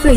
最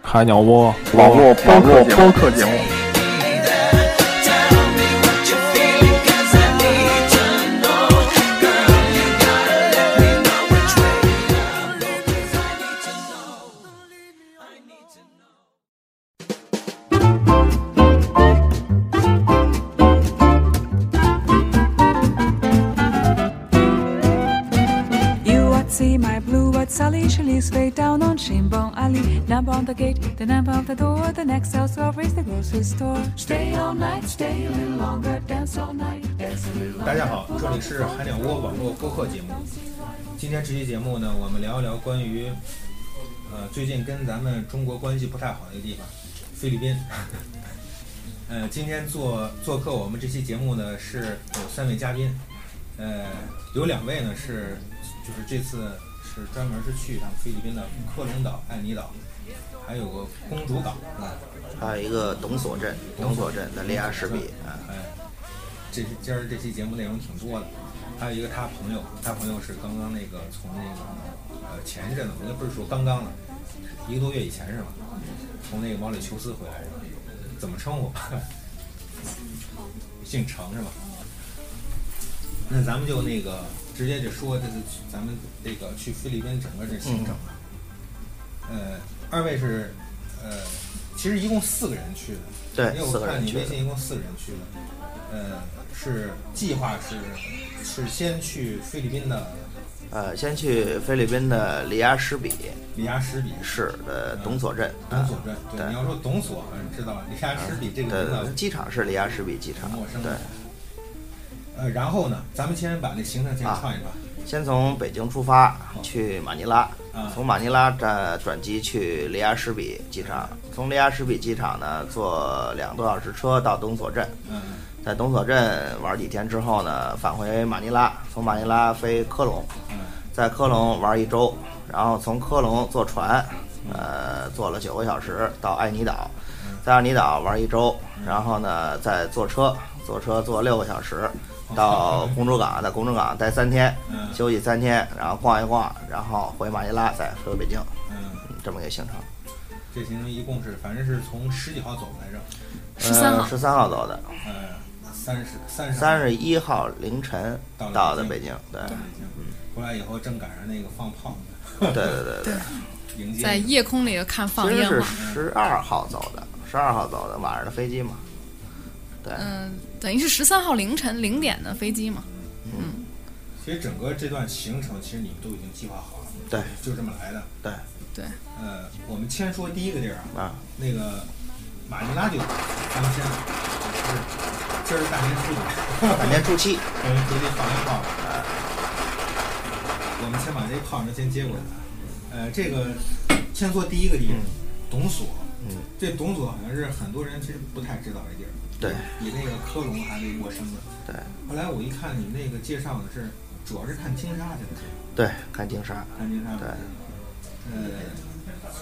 海鸟窝网哦络播客播客节目。 You what see my blue what Sally she leaves way down on Shimbong Alley. Number on the gate, the number on the door, the next house over is the grocery store. Stay all night, stay a little longer, dance all night, dance a little 大家好，这里是海鸟窝网络播客节目。今天这期节目呢，我们聊一聊关于，呃，最近跟咱们中国关系不太好的一个地方——菲律宾。 呃，今天做做客我们这期节目呢是有三位嘉宾，呃，有两位呢是就是这次是专门是去一趟菲律宾的科隆岛、爱尼岛，还有个公主岛。嗯还有一个董所镇，董所镇的利亚什比啊，哎，这是今儿这期节目内容挺多的。还有一个他朋友，他朋友是刚刚那个从那个呃前一阵子，我也不是说刚刚了，一个多月以前是吧？从那个毛里求斯回来的，怎么称呼？ 姓程是吧？那咱们就那个直接就说这是咱们这个去菲律宾整个这行程啊。呃，二位是呃，其实一共四个人去的，对因为四哎我个看人你去微的信一共四个人去的，呃，是计划是是先去菲律宾的呃，先去菲律宾的利亚什比里亚什比市的董所镇，啊董所镇。对，对你要说董所，好像知道里亚什比这个对对对名字机场是利亚什比机挺场陌，生对的，。呃，然后呢，咱们先把这行程先啊串一串。先从北京出发去马尼拉啊，从马尼拉站转机去利亚什比机场，从利亚什比机场呢坐两个多小时车到董所镇，嗯，在董所镇玩几天之后呢，返回马尼拉，从马尼拉飞科隆，嗯在科隆玩一周，然后从科隆坐船，呃，坐了九个小时到爱尼岛，嗯在爱尼岛玩一周，然后呢再坐车，坐车坐六个小时到公主港，在公主港待三天，哦嗯休息三天，然后逛一逛，然后回马尼拉再回北京，嗯，嗯这么一个行程。这行程一共是反正是从十几号走来着， 13号十三号走的，呃，三十三十三十一号凌晨到了到的北北京京，对，回来以后正赶上那个放炮呢，对对对对。 迎接在你夜空里看啊放其实烟是花，十二号走的，十二号走的晚上的飞机嘛。对，嗯，等于是十三号凌晨零点的飞机嘛。嗯，其实整个这段行程，其实你们都已经计划好了，对，就这么来的。对，对，呃，我们先说第一个地儿啊，啊，那个马尼拉就咱们先，是今儿大年初几，大年初七， 咱们直接放一炮。呃我们先把这炮呢先接过来。呃，这个先说第一个地方，董所。嗯，这董所好像是很多人其实不太知道这地儿，对比那个科隆还那陌生的。对后来我一看你们那个介绍的是，主要是看金沙去的，对，看金沙，看金沙。对。呃，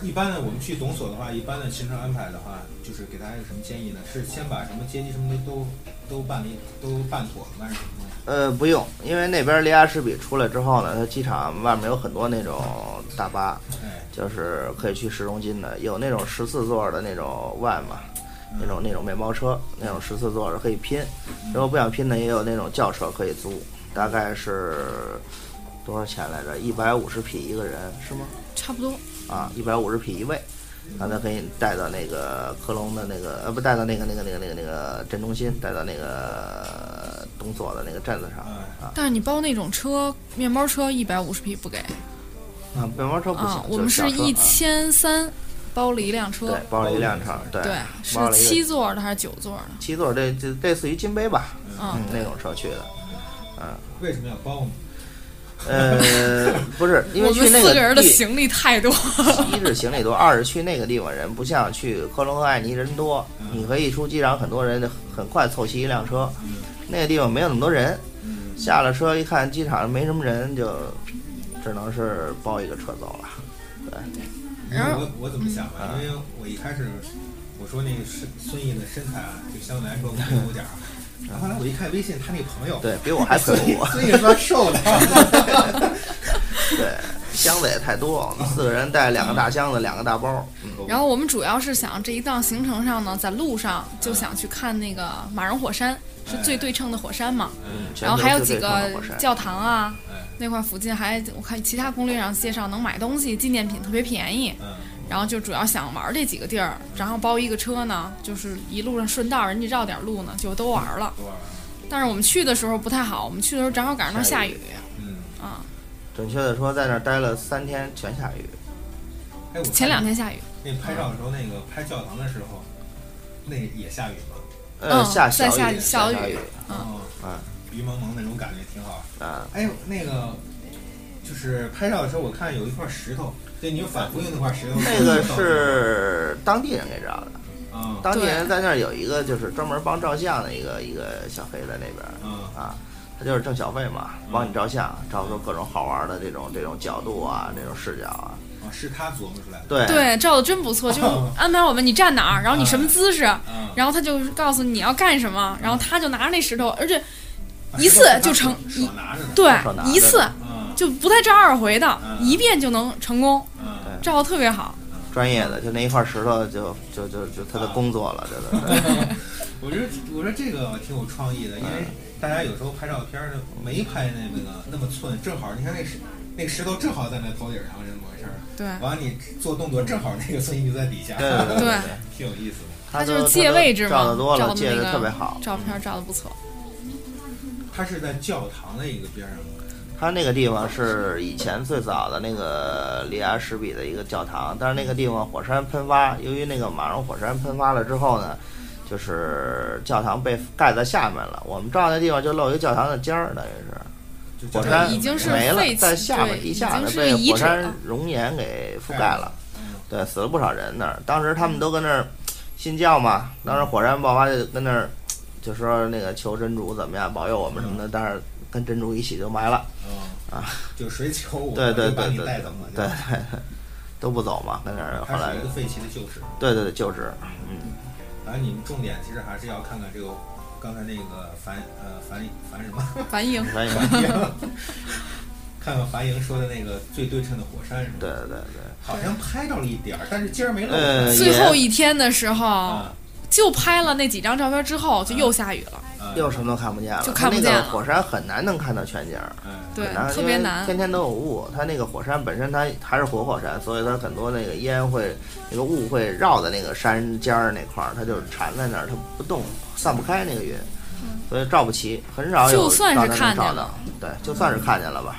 一般的我们去董所的话，一般的行程安排的话，就是给大家有什么建议呢？是先把什么接机什么的都都办理都办妥了吗？还是什么呀？呃，不用，因为那边利亚什比出来之后呢，它机场外面有很多那种大巴，哎，就是可以去市中心的，有那种十四座的那种 van 嘛，那种那种面包车，那种十四座的可以拼。如果不想拼的，也有那种轿车可以租，大概是多少钱来着？一百五十匹一个人是吗？差不多。啊，一百五十匹一位，然后他可以带到那个科隆的那个呃不带到那个那个那个那个那个镇中心，带到那个东所的那个镇子上啊。但是你包那种车，面包车一百五十匹不给啊，面包车不行啊，，我们就是小车一啊千三包了一辆车对，，包了一辆车，对对，包是了一个七座的还是九座的？七座，这这类似于金杯吧，嗯， 那种车去的。为什么要包呢？呃，不是，因为我去们那四个人个的地，行李太多， 一是行李多，二是去那个地方人不像去科隆和爱尼人多，你可以出机场，很多人很快凑齐一辆车，嗯那个地方没有那么多人，下了车一看机场没什么人，就只能是包一个车走了。然后我我怎么想嗯吧？因为我一开始我说那个孙孙毅的身材啊，就相对来说没有点儿。然后后来我一看微信，他那朋友嗯对比 我还魁孙毅 梧，孙毅说瘦了。对，箱子也太多，我们四个人带两个大箱子，两个大包，嗯，然后我们主要是想这一趟行程上呢，在路上嗯就想去看那个马仁火山，是最对称的火山嘛。全然后球还有最几最高的个火山教堂啊嗯嗯哎，那块附近还我看其他攻略上介绍能买东西，纪念品特别便宜。嗯，然后就主要想玩这几个地儿，然后包一个车呢，就是一路上顺道人家绕点路呢，就都玩了。多少啊？但是我们去的时候不太好，我们去的时候正好赶上那儿下雨嗯，啊，准确的说，在那儿待了三天，全下雨。哎，我看前两天下雨，那拍照的时候，那个拍教堂的时候，那也下雨嘛，呃，嗯下小在雨，下小雨雨嗯哦，啊雨蒙蒙那种感觉挺好。啊，哎，那个就是拍照的时候，我看有一块石头，对，你就反复用那块石头。那个是当地人给照的，啊当地人在那儿有一个就是专门帮照相的一个一个小黑在那边儿啊啊，他就是挣小费嘛，帮你照相，照出各种好玩的这种这种角度啊，这种视角啊，啊，是他琢磨出来的。对对，照的真不错， 就是安排我们你站哪儿，然后你什么姿势，啊，然后他就告诉你要干什么，然后他就拿着那石头，而且啊一次就成手手拿着呢。对手拿着一次啊就不带照二回的，嗯一遍就能成功，啊，照的特别好。专业的，就那一块石头就就就就他的工作了，这个对我说我说这个挺有创意的，因哎为大家有时候拍照片儿呢，没拍那个那么寸，正好你看那石那石头正好在那头顶上，这么回事儿。对，完了你做动作，正好那个孙毅就在底下，对对对对， 挺有意思的。他就都是借位置他都照嘛的多，照了，借那的个特别好。照片照的不错。他是在教堂的一个边儿上，他那个地方是以前最早的那个利亚什比的一个教堂，但是那个地方火山喷发，由于那个马荣火山喷发了之后呢，就是教堂被盖在下面了。我们照那地方就露一教堂的尖儿，等于是就教火堂山已经是没了废，弃在下面对地下已呢经是被遗火址山了熔岩给覆盖盖了了，嗯对，死了不少人那儿。当时他嗯们都跟那儿信教嘛，当时火山爆发就跟那儿就说那个求真主怎么样保佑我们什么的，嗯但是跟真主一起就埋了。啊，就谁求我，对对我就把对你对带走了。对就，都不走嘛，跟那儿后它来是一，个废弃的旧址。对对对，就职，反正你们重点其实还是要看看这个刚才那个樊呃樊樊什么， 嗯反应所以，看看樊莹说的那个最对称的火山是吧？对对嗯对，好像拍到了一点儿，但是今儿没露。呃，最后也一天的时候，啊，就拍了那几张照片之后，就又下雨了。啊又什么都看不见了，就看不见它那了个火山很难能看到全景儿，哎对很难，特别因为难。天天都有雾。它那个火山本身它还是活火山，所以它很多那个烟会那个雾会绕在那个山尖儿那块儿，它就缠在那儿，它不动，散不开那个云。所以照不齐，很少有嗯就算是照那能看见照到了。对，就算是看见了吧。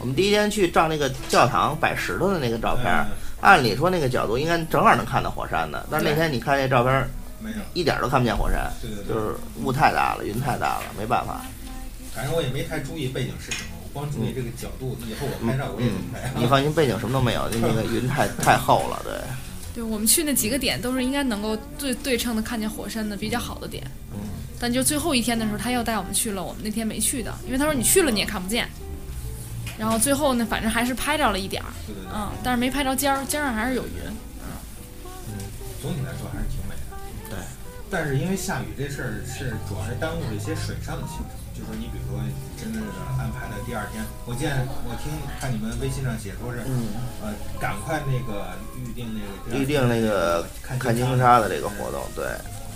我们第一天去照那个教堂摆石头的那个照片儿嗯，按理说那个角度应该正好能看到火山的，但是那对天你看那照片儿，没有，一点儿都看不见火山，对对对就是雾太大了，云太大了，没办法。反正我也没太注意背景是什么，我光注意这个角度。以后我拍照我也嗯怎么拍啊。，你放心，背景什么都没有，就那个云太太厚了，对。对我们去那几个点都是应该能够最对称的看见火山的比较好的点。嗯但就最后一天的时候，他又带我们去了我们那天没去的，因为他说你去了你也看不见。然后最后呢，反正还是拍着了一点儿，对对对，嗯，但是没拍着尖儿，尖上还是有云。总体来说还是挺美的。对，但是因为下雨这事儿是主要是耽误了一些水上的行程，就是你比如说真的是安排的第二天，我见我听看你们微信上写说是，呃，赶快那个预定那个第二嗯天预定那个看看金沙的这个活动，对，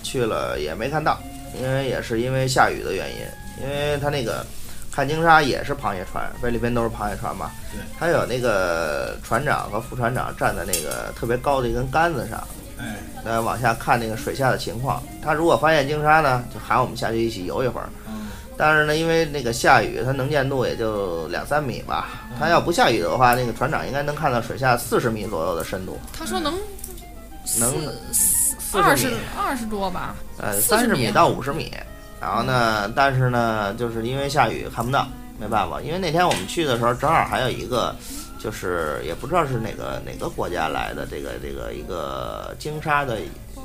去了也没看到，因为也是因为下雨的原因，因为它那个看金沙也是螃蟹船，菲律宾都是螃蟹船嘛对，它有那个船长和副船长站在那个特别高的一根杆子上，哎，呃，往下看那个水下的情况。他如果发现鲸鲨呢，就喊我们下去一起游一会儿。嗯，但是呢，因为那个下雨，它能见度也就两三米吧。嗯它要不下雨的话，那个船长应该能看到水下四十米左右的深度。他说能嗯能四40二十米二十多吧，呃， 40三十米米啊嗯到五十米。然后呢，但是呢，就是因为下雨看不到，没办法，因为那天我们去的时候，正好还有一个，就是也不知道是哪个哪个国家来的这个这个一个鲸鲨的，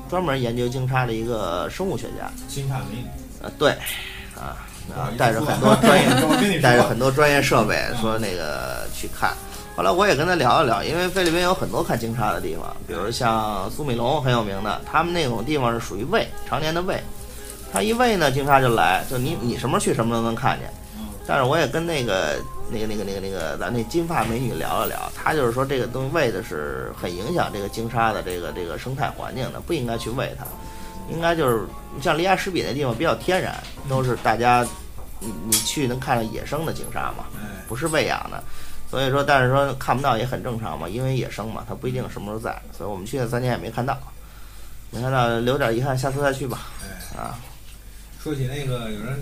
专门研究鲸鲨的一个生物学家，新帕梅，呃，对，啊，不好啊意，思带着说啊很多专 我跟你业，说带着很多专业设备，说那个去看。后来我也跟他聊了聊，因为菲律宾有很多看鲸鲨的地方，比如像苏米龙很有名的，他们那种地方是属于喂，常年的喂。他一喂呢，鲸鲨就来，就你你什么时候去什么时候能看见。嗯但是我也跟那个那个那个那个那个咱那金发美女聊了聊，她就是说这个东西喂的是很影响这个鲸鲨的这个这个生态环境的，不应该去喂它，应该就是像离亚什比那地方比较天然，都是大家你你去能看到野生的鲸鲨嘛，哎，不是喂养的，所以说但是说看不到也很正常嘛，因为野生嘛，它不一定什么时候在，所以我们去了三天也没看到，没看到留点遗憾，下次再去吧，啊，说起那个有人，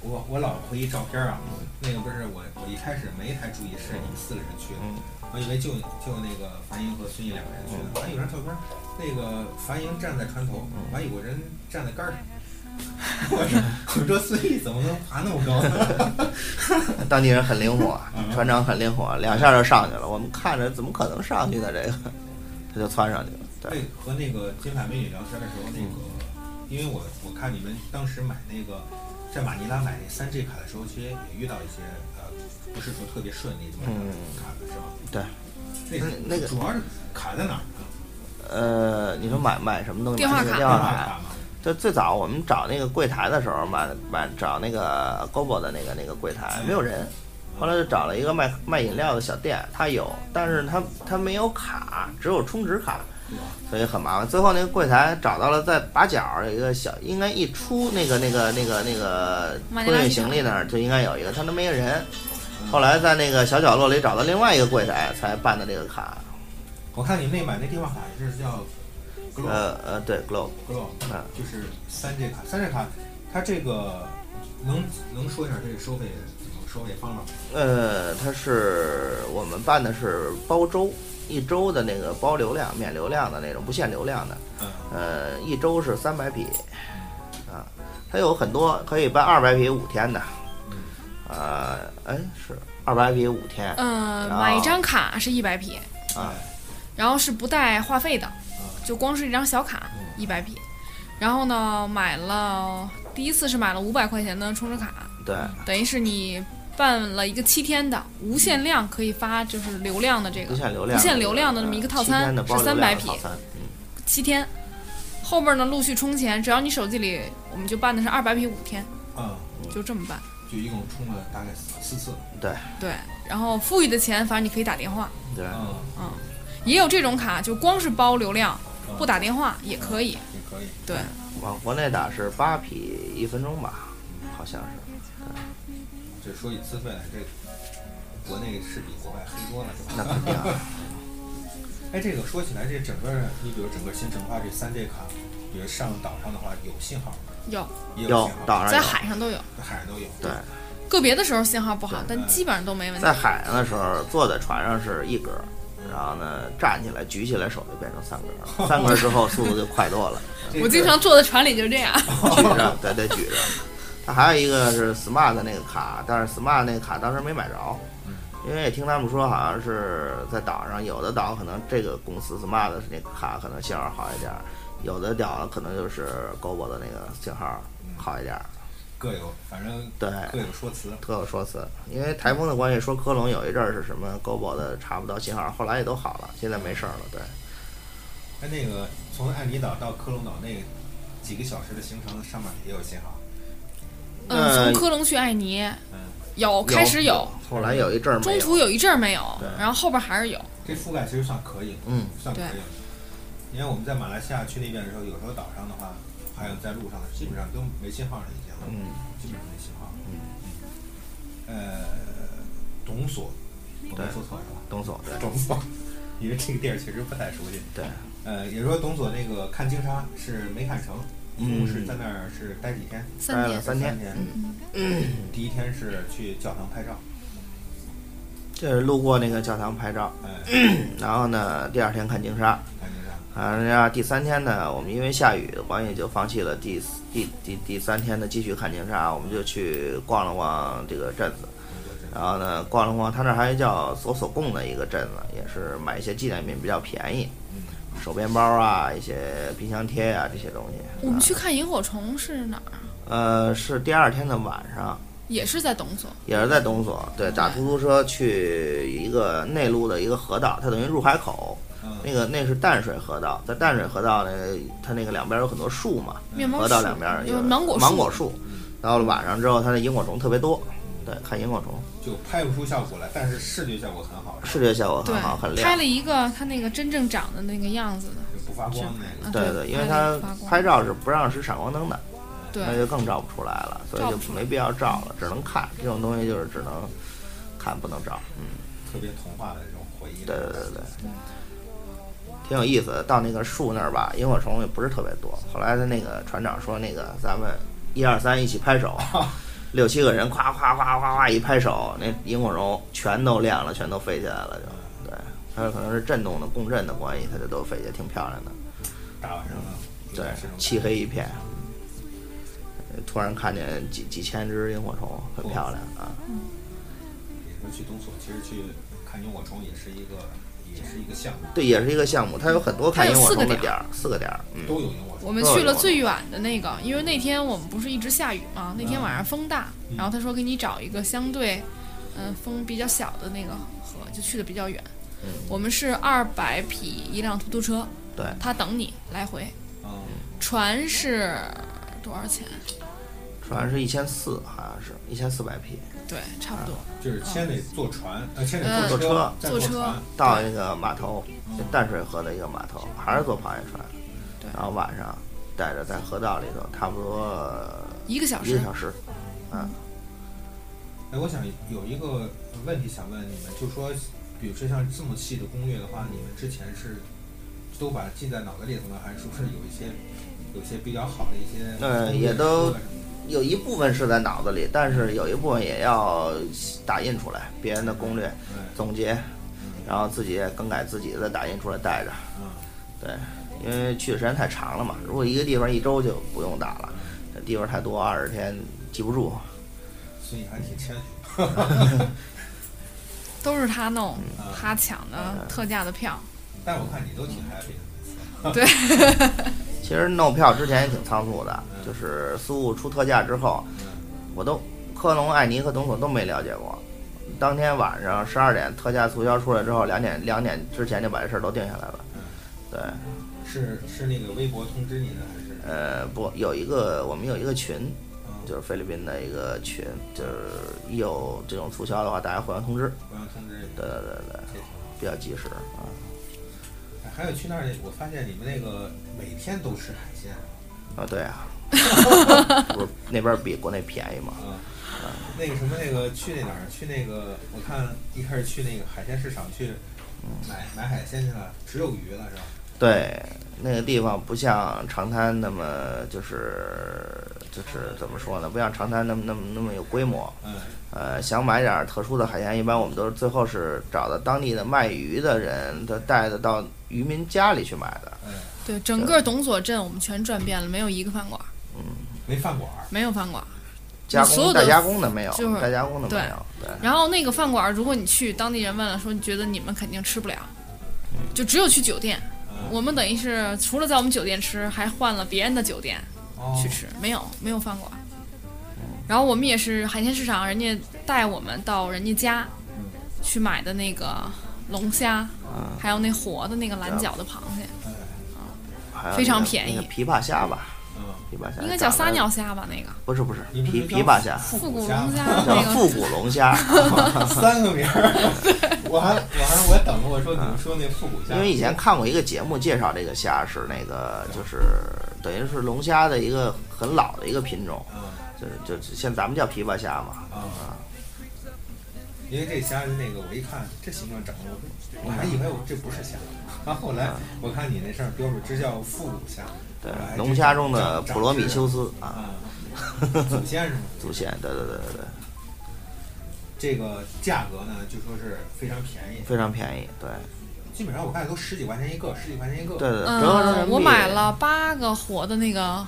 我我老回忆照片啊，那个不是我我一开始没太注意是你们四个人去的，嗯我以为就就那个樊英和孙毅两个人去的，完有人照片，那个樊英站在船头，完有个人站在杆儿上。 我说我说孙毅怎么能爬那么高呢？当地人很灵活嗯，船长很灵活，两下就上去了。我们看着怎么可能上去呢？这个，他就窜上去了。对对，，和那个金发美女聊天的时候，那个，嗯因为我我看你们当时买那个在马尼拉买那三 G 卡的时候，其实也遇到一些呃，不是说特别顺利的买嗯卡的是吧？对，那是那个主要是卡在哪儿呢？呃，你说买买什么东西？电话卡买那个电电话话卡卡。嘛，就最早我们找那个柜台的时候，买买找那个 GoBo 的那个那个柜台没有人，后来就找了一个卖卖饮料的小店，他有，但是他他没有卡，只有充值卡，所以很麻烦。最后那个柜台找到了，在把角有一个小，应该一出那个那个那个那个马尼拉托运机场行李那儿就应该有一个，他那没有人。后来在那个小角落里找到另外一个柜台，才办的这个卡。我看你们那买那电话卡是叫 Glow 呃呃，对，Globe， Glow，嗯就是三 G 卡，三 G 卡它这个能能说一下这个收费怎么收费方法吗？呃，它是我们办的是包周，一周的那个包流量、免流量的那种，不限流量的。嗯，呃，一周是三百匹，啊，它有很多可以办二百匹五天的，嗯啊，哎是二百匹五天嗯，然后买一张卡是一百匹，啊，然后是不带话费的，就光是一张小卡嗯一百匹。然后呢，买了第一次是买了五百块钱的充值卡，对，等于是你办了一个七天的无限量可以发就是流量的这不个限流量，不限流量的这么一个套餐七天的包是流量300的匹套餐嗯七天。后边呢，陆续充钱，只要你手机里，我们就办的是二百匹五天，啊，就这么办。就一共充了大概四四次。对对，然后富裕的钱，反正你可以打电话，对，嗯，也有这种卡，就光是包流量嗯呃不打电话也可以。也可以。对，往国内打是八匹一分钟吧，好像是。这说起资费来，这国内是比国外黑多了，是吧？那肯定啊，哎，这个说起来，这整个你比如整个新城的话，这三 G 卡，比如上岛上的话有信号吗，有 有也信号，岛上在有海上都有，海上都有。对，个别的时候信号不好，但基本上都没问题哎在。海上的时候，坐在船上是一格儿，然后呢站起来举起来手就变成三格儿了，三格儿之后速度就快多了，这我经个常坐在船里就这样。举着对对举着。它还有一个是 smart 的那个卡，但是 smart 那个卡当时没买着，因为也听他们说好像是在岛上有的岛可能这个公司 smart 的那个卡可能信号好一点儿，有的岛可能就是 GoGo 的那个信号好一点儿，嗯各有，反正对。各有说辞。特有说辞，因为台风的关系，说科隆有一阵儿是什么 GoBo 的查不到信号，后来也都好了，现在没事儿了。对，哎，那个从爱尼岛到科隆岛那几个小时的行程，上面也有信号。嗯，呃从科隆去爱尼嗯有，开始有，后来有一阵儿没中有。途有一阵儿没有对，然后后边还是有。这覆盖其实算可以了，嗯，算可以对了。因为我们在马来西亚去那边的时候，有时候岛上的话，还有在路上的，基本上都没信号了，已经。嗯，基本上没信号。嗯呃，董所，我没对说错是吧？东总对董所，因为这个地儿确实不太熟悉。对，呃，也就是说董所那个看鲸鲨是没看成，一共是在那儿是待几天？三待了年，嗯三天天。。嗯第一天是去教堂拍照，这是路过那个教堂拍照，哎，嗯然后呢，第二天看鲸鲨，看鲸鲨。啊，然后第三天呢，我们因为下雨的关系就放弃了第四第第第三天的继续看鲸鲨，我们就去逛了逛这个镇子，然后呢，逛了逛，他那儿还有一叫索索贡的一个镇子，也是买一些纪念品比较便宜，嗯手编包啊，一些冰箱贴啊这些东西。我们去看萤火虫是哪儿？啊呃，是第二天的晚上，也是在董所。也是在东所，对，打出租车去一个内陆的一个河道，它等于入海口，嗯那个那是淡水河道，在淡水河道呢，它那个两边有很多树嘛，面包嗯河道树两边儿有有芒果芒树嗯果树，到了晚上之后，它的萤火虫特别多，对，看萤火虫，嗯就拍不出效果来，但是视觉效果很好，视觉效果对很好，很，亮拍。了一个它那个真正长的那个样子的，就不发光那个。啊对对，因为拍它了发光拍照是不让使闪光灯的，那对就更照不出来了，所以照不出就来没必要照了，只能看。这种东西就是只能看，不能照。嗯，特别童话的那种回忆。对对对对，挺有意思的。到那个树那儿吧，萤火虫也不是特别多。后来他那个船长说，那个咱们一二三一起拍手，六七个人夸夸夸夸夸一拍手，那萤火虫全都亮了，全都飞起来了，就对。它有可能是震动的共振的关系，它就都飞起来，挺漂亮的。大晚上的，有对点这，种漆黑一片。呃突然看见几几千只萤火虫，很漂亮哦啊！感觉。比如说去东所，其实去看萤火虫也是一个，也是一个项目，对，也是一个项目，它有很多看它有萤火四个虫的点点儿，四个点儿，嗯，都有萤火虫。我们去了最远的那个，因为那天我们不是一直下雨嘛，那天晚上风大，嗯然后他说给你找一个相对，嗯、风比较小的那个河，就去的比较远。我们是二百匹一辆出租车，嗯对他等你来回。嗯，船是多少钱？船是一千四，好像是一千四百匹，对，差不多。啊就是先得坐船，呃，先得嗯坐车，再坐坐车船，到那个码头，淡水河的一个码头，还是坐螃蟹船嗯对，然后晚上带着在河道里头，差不多呃一个小一个时，小时，哎，我想有一个问题想问你们，就说，比如说像这么细的攻略的话，你们之前是都把它记在脑子里头呢，还是说是有一些有一些比较好的一些攻略书啊什么的？呃也都有一部分是在脑子里，但是有一部分也要打印出来，别人的攻略对，总结，然后自己也更改自己的，打印出来带着。嗯，对，因为去的时间太长了嘛，如果一个地方一周就不用打了，这地方太多，二十天记不住。所以还挺谦虚。 嗯都是他弄，嗯他抢的特价的票。但我看你都挺 happy 的，其实弄票之前也挺仓促的，就是苏雾出特价之后，我都科隆、艾尼和董所都没了解过。当天晚上十二点特价促销出来之后，两点两点之前就把这事儿都定下来了。对，是是那个微博通知你的还是？呃，不，有一个我们有一个群，嗯，就是菲律宾的一个群，就是一有这种促销的话，大家互相通知。我要通知你。对对对对，这条比较及时啊。哎还有去那儿，我发现你们那个每天都吃海鲜，啊，对啊， 不是那边比国内便宜嘛？啊那个什么那个去那哪儿去那个，我看一开始去那个海鲜市场去买买海鲜去了，只有鱼了是吧？对，那个地方不像长滩那么就是就是怎么说呢？不像长滩那么那么那么有规模。嗯，呃，想买点儿特殊的海鲜，一般我们都是最后是找到当地的卖鱼的人，他带着到渔民家里去买的。嗯对，整个董所镇我们全转遍了，没有一个饭馆，没饭馆儿。没有饭馆。加所有工的带加工的没有，就是带加工的对没有。对，然后那个饭馆，如果你去，当地人问了，说你觉得你们肯定吃不了，就只有去酒店。嗯嗯我们等于是除了在我们酒店吃，还换了别人的酒店哦去吃，没有没有饭馆。哦然后我们也是海鲜市场，人家带我们到人家家嗯去买的那个龙虾，还有那活的那个蓝角的螃蟹，啊还有非常那个便那个宜琵琶虾吧，嗯，琵琶虾应该叫长得撒尿虾吧？那个不是不是你们琵这琵叫琶虾，复古古龙虾虾，叫 那个复古龙虾。三个名儿，我还我还我等着我说你们说那复古虾，嗯因为以前看过一个节目介绍这个虾是那个就是等于是龙虾的一个很老的一个品种，嗯就是就现在咱们叫琵琶虾嘛，啊，因为这虾是那个我一看这形状长得，嗯我说我还以为我这不是虾，然后后来我看你那上标准这叫复古虾，对我还，真龙虾中的哎长普罗米修斯长啊，知识了啊，祖先是吗？祖先，对对对对对，这个价格呢，就说是非常便宜，非常便宜，对嗯基本上我看都十几块钱一个，十几块钱一个，对对，对折合人民嗯，币我买了八个活的那个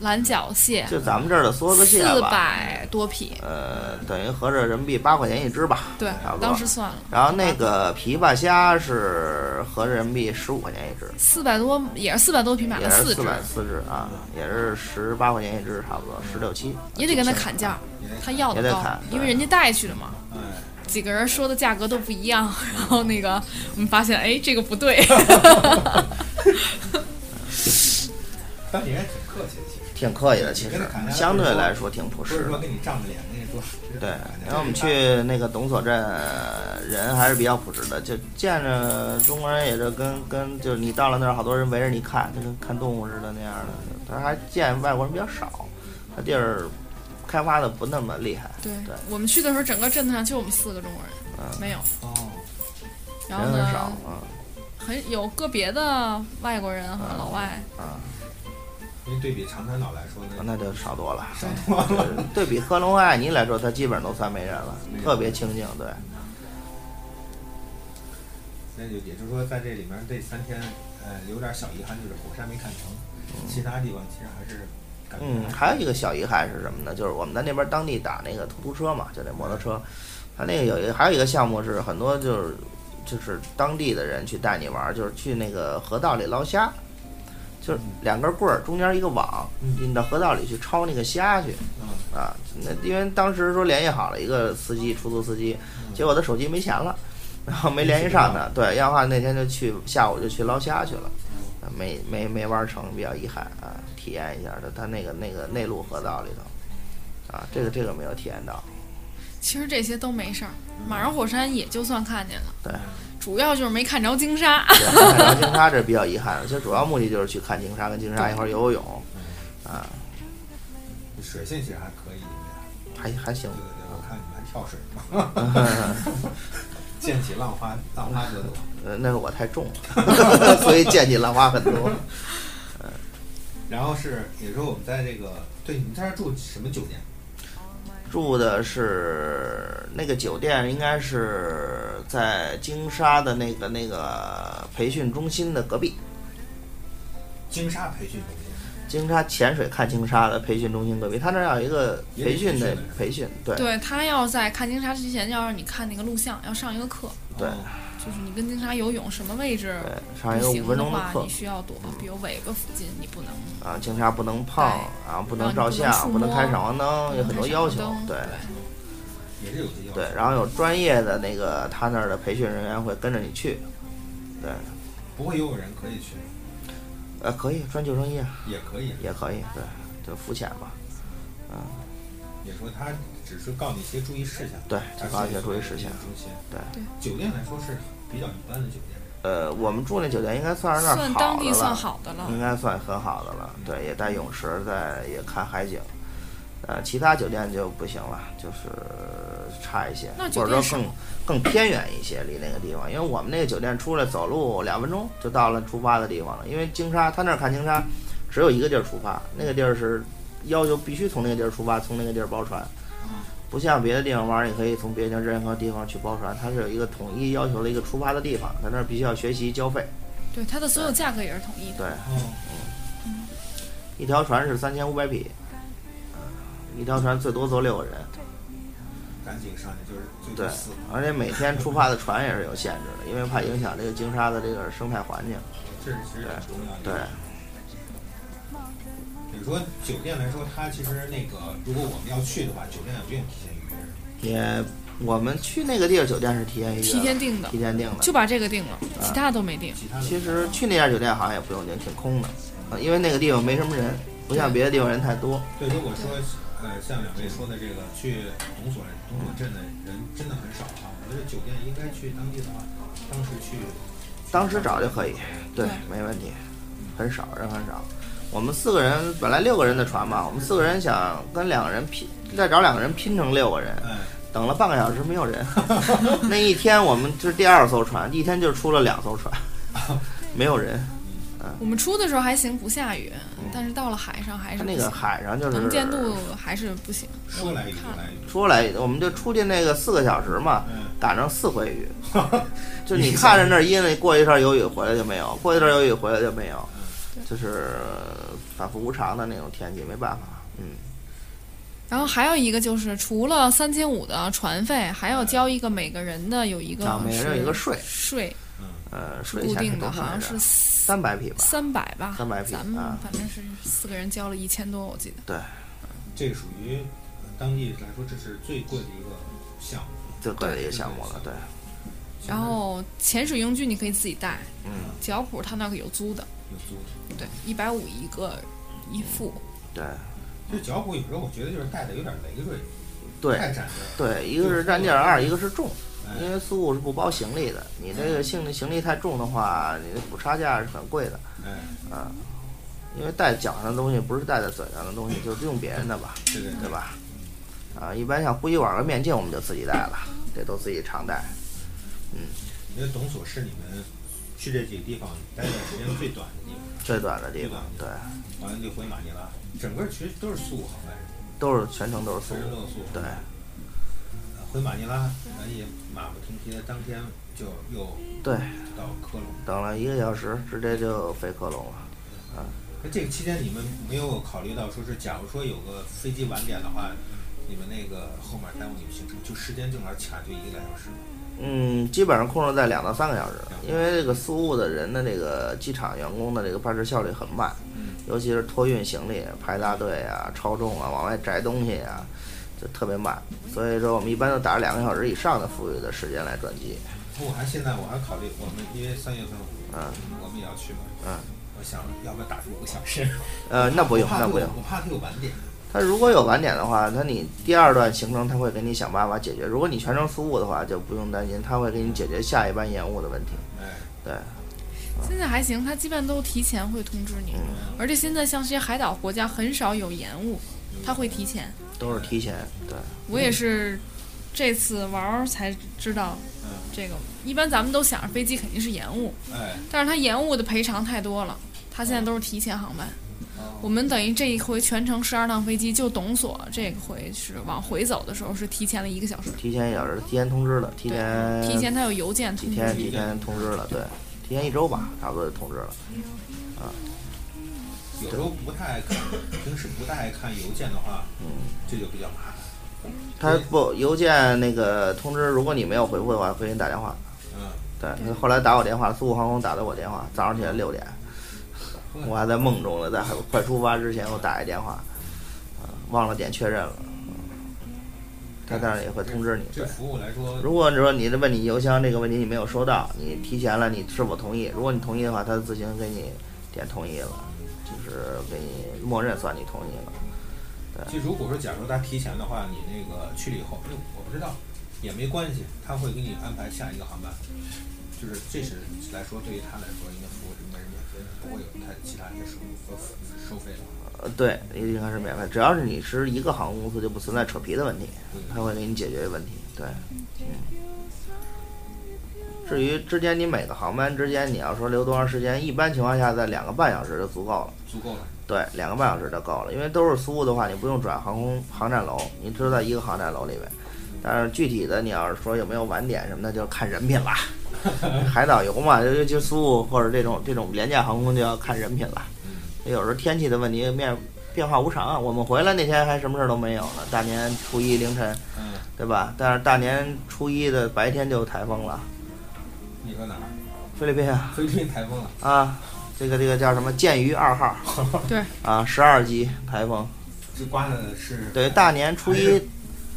蓝角蟹，就咱们这儿的梭子蟹四吧，百多匹，呃，等于合着人民币八块钱一只吧，对差不，多当时算了然后那个琵琶虾是合人民币十五块钱一只，四百多，也是四百多匹，买也了是四只四，百四只啊，也是十八块钱一只，差不多十六七。也得跟他砍价，他要啊也的得高砍，对因为人家带去的嘛。哎，几个人说的价格都不一样， 然后那个我们发现，哎，这个 不对。但你还挺客气的，其实挺客气的，其实相对来说挺朴不是实说的。跟你仗着脸跟你说。这对个感，觉然后我们去那个董所镇，人还是比较朴实的，就见着中国人也就跟跟就是你到了那儿，好多人围着你看，就跟看动物似的那样的。但是还见外国人比较少，那地儿开发的不那么厉害。对对，嗯我们去的时候，整个镇子上就我们四个中国人，没有。哦，然后人很少呢，啊很有个别的外国人和老外，啊，因为对比长滩岛来说呢，哦嗯那就少多了。对对比科隆艾尼来说，它基本上都算没人了，特别清静。对，那就也就是说在这里面这三天，呃，有点小遗憾就是火山没看成，其他地方其实还是感觉嗯，还有一个小遗憾是什么呢？就是我们在那边当地打那个突突车嘛，就那摩托车，它那个有一个还有一个项目是很多就是就是当地的人去带你玩儿，就是去那个河道里捞虾，就是两根棍儿中间一个网，嗯你到河道里去抄那个虾去嗯啊。那因为当时说联系好了一个司机，出租司机，结果他手机没钱了。然后没联系上他，对，要不然那天就去下午就去捞虾去了，没没没玩成，比较遗憾啊，体验一下他他那个那个内陆河道里头，啊，这个这个没有体验到，其实这些都没事儿。马上火山也就算看见了，对，主要就是没看着鲸鲨。对然后鲸鲨这比较遗憾，其实主要目的就是去看鲸鲨，跟鲸鲨一块儿游游泳，啊，水性其实还可以，对还还行 对，对，我看你们还跳水嘛，溅起浪花浪花朵朵。呃，那是我太重了， 所以见你浪花很多，然后是也说我们在这个，对，你们在这儿住什么酒店？住的是那个酒店，应该是在鲸鲨的那个那个培训中心的隔壁。金沙培训中心。鲸鲨潜水看鲸鲨的培训中心隔壁，他那儿要有一个培训的培训，对 对他要在看鲸鲨之前，要让你看那个录像，要上一个课，对哦就是你跟鲸鲨游泳什么位置对，上一不个五行分的钟的话，课你需要躲，比如尾巴附近你不能。啊，鲸鲨不能碰啊，不能照然后相，不你不能能触摸开闪光灯，有很多要求不能开闪光灯，对也是有些要求。对，然后有专业的那个他那儿的培训人员会跟着你去，对，不会游泳人可以去，呃，可以穿救生衣啊也可以。也可以，对，就浮潜嘛，也说他只是告你一些注意事项。对它是告你一些注意事项中心对对酒店来说是比较一般的酒店。呃，我们住那酒店应该算是那儿算好当的地算了，嗯好的了应。该算很好的了。对，也带泳池，在也看海景。呃，其他酒店就不行了，就是差一些，那或酒者店说更更偏远一些，离那个地方。因为我们那个酒店出来走路两分钟就到了出发的地方了。因为鲸鲨，他那儿看鲸鲨只有一个地儿出发，那个地儿是要求必须从那个地儿出发，从那个地儿包船。哦不像别的地方玩，你可以从别的任何地方去包船，它是有一个统一要求的一个出发的地方，在那儿必须要学习交费。对，它的所有价格也是统一的。对，哦，一条船是三千五百匹，嗯一条船最多坐六个人，赶紧上去就是最对多四个。，而且每天出发的船也是有限制的，因为怕影响这个鲸鲨的这个生态环境。这是其实挺重要的。对，比如说酒店来说，它其实那个如果我们要去的话，酒店也不用提前预约。也我们去那个地儿酒店是提前预约的，提前订的提前订的。嗯就把这个定了，其他都没定。其他的其实去那家酒店好像也不用订，挺空的，呃因为那个地方没什么人，不像别的地方人太多。对，如果说呃像两位说的这个去董所董所镇的人真的很少的话，我觉得酒店应该去当地的话，当时去当时找就可以，对，对没问题，嗯很少人很少。我们四个人本来六个人的船嘛，我们四个人想跟两个人拼，再找两个人拼成六个人，哎等了半个小时没有 人。那一天我们这是第二艘船，一天就出了两艘船，没有人。我们出的时候还行，不下雨，但是到了海上还它是嗯那不个行，海上就是能见度还是不行。我说们来雨就看了来雨，出来，我们就出去那个四个小时嘛，嗯， 打成四回雨，就你看着那儿阴了，过一阵儿有雨回来就没有，过一阵儿有雨回来就没有。就是反复无常的那种天气，没办法，嗯，然后还有一个就是，除了三千五的船费，还要交一个每个人的有一嗯个啊每个人有一个税税嗯呃，税固钱是定多的，少好来像着是三百匹吧？三百吧， 300匹咱们啊反正是四个人交了一千多，我记得。对，这个属于呃当地来说，这是最贵的一个项目。最贵的一个项目了，对，然后潜水用具你可以自己带，嗯，脚蹼它那个有租的，有租，对，一百五一个一副，对，就脚蹼有时候我觉得就是带的有点累赘，对，太占地儿。对，一个是占地儿，二一个是重，哎因为苏武是不包行李的，你这个行李行李太重的话，你的补差价是很贵的，哎，啊因为带脚上的东西不是带在嘴上的东西，就是用别人的吧，对对对吧？啊，一般像呼吸管和面镜我们就自己带了，这都自己常带。你这董所是你们去这几个地方待的时间最短的地方，最短的地方，对，完了就回马尼拉，整个其实都是四五航班，都是全程都是苏全程都武是，速。对，呃回马尼拉，咱也马不停蹄的，当天就又对，到科隆。等了一个小时，直接就飞科隆了。那这个期间你们没有考虑到，说是假如说有个飞机晚点的话，你们那个后面耽误你们行程，就时间正好卡就一个来小时。嗯，基本上控制在两到三个小时，因为这个苏务的人的这个机场员工的这个办事效率很慢，尤其是托运行李、排大队啊、超重啊、往外摘东西啊，就特别慢。所以说，我们一般都打着两个小时以上的富裕的时间来转机。我还现在我还考虑，我们因为三月份嗯我们也要去嘛，嗯，我想要不要打出五个小时？呃，那不用，怕那会不有用。 我怕会有晚点。他如果有晚点的话，他你第二段行程他会给你想办法解决。如果你全程苏务的话，就不用担心，他会给你解决下一班延误的问题。哎，对，现在还行，它基本都提前会通知你，嗯而且现在像这些海岛国家很少有延误，它会提前。都是提前。对，我也是这次玩儿才知道嗯这个，一般咱们都想着飞机肯定是延误，哎，哦但是它延误的赔偿太多了，它现在都是提前航班。我们等于这一回全程十二趟飞机，就董所这个回是往回走的时候是提前了一个小时，提前一小时，提前通知了，提对前，提前它有邮件嗯几通天知。嗯几天嗯通知了，对，提前一周吧，差不多就通知了。有时候不太爱看，平时不太爱看邮件的话，嗯这就比较麻烦。他不邮件那个通知，如果你没有回复的话，会给你打电话。嗯，对，他后来打我电话，苏武航空打的我电话，早上起来六点，我还在梦中呢，在还快出发之前我打一电话，啊忘了点确认了。嗯他当然也会通知你，这对。服务来说，如果你说你问你邮箱这个问题你没有收到，你提前了，你是否同意？如果你同意的话，它自行给你点同意了，就是给你默认算你同意了。就如果说假如他提前的话，你那个去了以后，哎，我不知道，也没关系，他会给你安排下一个航班。就是这是来说，对于他来说，应该服务是应该是免费的，不会有太其他一些收入和收费了。呃，对，应该是免费，只要是你是一个航空公司，就不存在扯皮的问题，它会给你解决问题。对，嗯。至于之间你每个航班之间你要说留多长时间，一般情况下在两个半小时就足够了。足够了。对，两个半小时就够了，因为都是苏的话，你不用转航空航站楼，你只在一个航站楼里面。但是具体的，你要是说有没有晚点什么的，就看人品啦。海岛游嘛，就就苏或者这种这种廉价航空就要看人品了。有时候天气的问题面变化无常啊，我们回来那天还什么事儿都没有呢，大年初一凌晨，嗯，对吧？但是大年初一的白天就有台风了，你说哪儿？ 菲律宾啊。菲律宾台风了，啊，这个这个叫什么“剑鱼二号”，对啊，十二级台风，这刮的是 对，大年初一，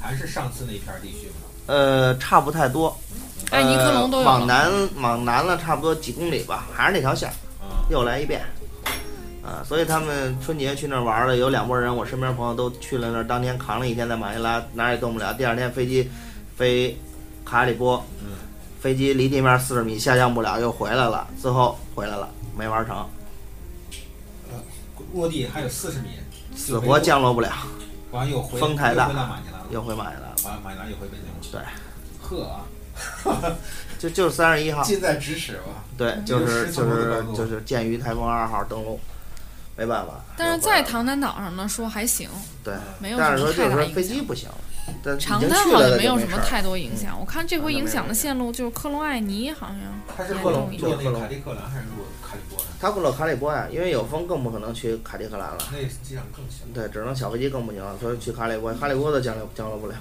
还是上次那片儿地区吗？呃，差不太多，哎，尼克呃隆都有往了，南往南了，差不多几公里吧，还是那条线，啊，又来一遍，啊，所以他们春节去那儿玩了，有两拨人，我身边朋友都去了那儿，当天扛了一天在马尼拉，哪儿也动不了，第二天飞机飞卡里波，嗯飞机离地面四十米下降不了，又回来了，最后回来了，没玩成，落地还有四十米，死活降落不了，完了又回风太大又回到马尼拉了，又回马尼拉了，完了马尼拉又回北京了。对。呵啊， 就就三十一号，近在咫尺吧。对，就是十就层楼的是高度就是鉴于台风二号登陆，没办法。但是就回来在了唐南岛上呢说还行，对，没有但是什么说太就是大说影飞响机不行，但长已经滩去好了像那没就有没什么事儿嗯太多影响，我看这好回像影没响有的线路就是科隆艾尼，好像他是严克隆重一做点。那个卡利克兰还是做卡利波兰？他不走卡里波呀，因为有风更不可能去卡利克兰了。那机场更小。对，只能小飞机更不行了，所以去哈利波，哈利波都降落降落不了，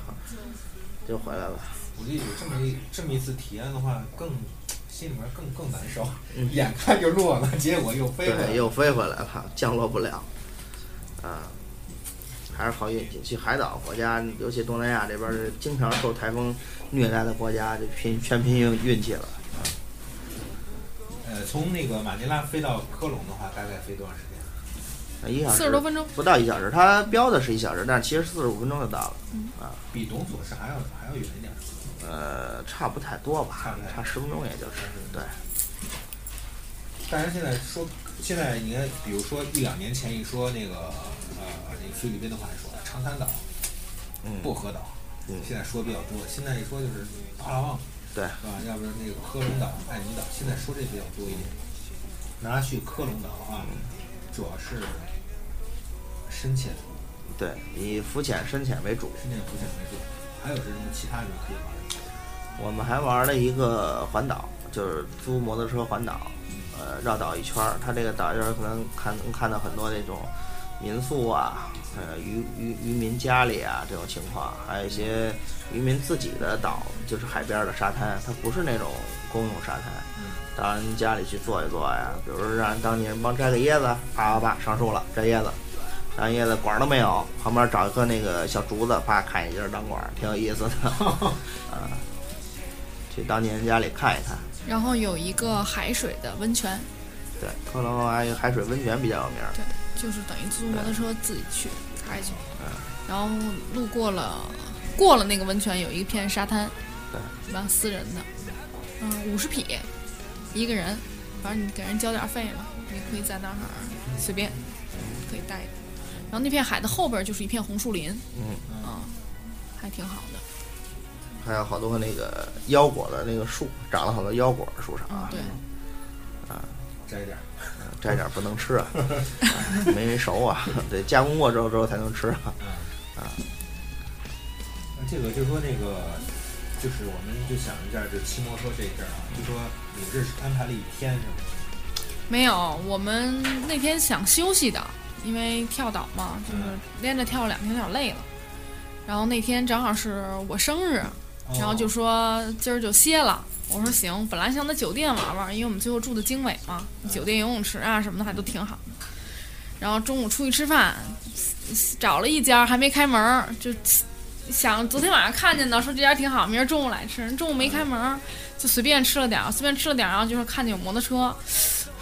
就回来了。我觉得有这么一这么一次体验的话，更心里面更更难受，嗯眼看就落了，结果又飞了对，。又飞回来了，降落不了，啊，还是好运气。去海岛国家，尤其东南亚这边儿是经常受台风虐待的国家，就拼全拼运运气了。呃，从那个马尼拉飞到科隆的话，大概飞多长时间？啊一小时四十多分钟，不到一小时，它标的是一小时，但是其实四十五分钟就到了，比董所是还要还要远一点。呃，差不太多差吧不，太差十分钟也就是。对，大家现在说，现在你看，比如说一两年前一说那个呃，那个菲律宾的话说长滩岛、嗯，薄荷岛，嗯现在说比较多。现在一说就是帕拉望，对是吧？要不然那个科隆岛、爱尼岛，现在说这比较多一点。拿去科隆岛的话，嗯主要是深潜、对，以浮潜、深潜为主。深潜、浮潜为主，还有是什么其他什么可以玩的？我们还玩了一个环岛，就是租摩托车环岛，呃，绕岛一圈儿。它这个岛就是可能看看到很多那种民宿啊，呃，渔渔渔民家里啊这种情况，还有一些渔民自己的岛，就是海边儿的沙滩，它不是那种公用沙滩。到人家里去坐一坐呀，比如说让人当地人帮摘个椰子，啪啪啪上树了，摘椰子，摘椰子管儿都没有，旁边找一棵那个小竹子，啪砍一截儿当管儿，挺有意思的。 啊，去当地人家里看一看。然后有一个海水的温泉，对，科隆还有海水温泉比较有名儿。就是等于租摩托车自己去开去，嗯然后路过了过了那个温泉，有一片沙滩，对是吧？私人的，嗯，五十匹一个人，反正你给人交点费嘛，你可以在那儿随便可以待着。然后那片海的后边就是一片红树林，嗯啊，还挺好的。还有好多那个腰果的那个树，长了好多腰果的树上嗯啊，，对，摘点儿。摘点儿不能吃啊，哎没人熟啊，得加工过之后之后才能吃啊。那这个就说那个，就是我们就想一下，就骑摩托这一阵儿啊，就说你这是安排了一天是吗？没有，我们那天想休息的，因为跳岛嘛，就是连着跳两天有点累了。然后那天正好是我生日，然后就说今儿就歇了。我说行，本来想在酒店玩玩，因为我们最后住的经纬嘛，酒店游泳池啊什么的还都挺好的。然后中午出去吃饭，找了一家还没开门儿，就想昨天晚上看见的，说这家挺好，明儿中午来吃。中午没开门儿，就随便吃了点儿，随便吃了点儿，然后就是看见有摩托车，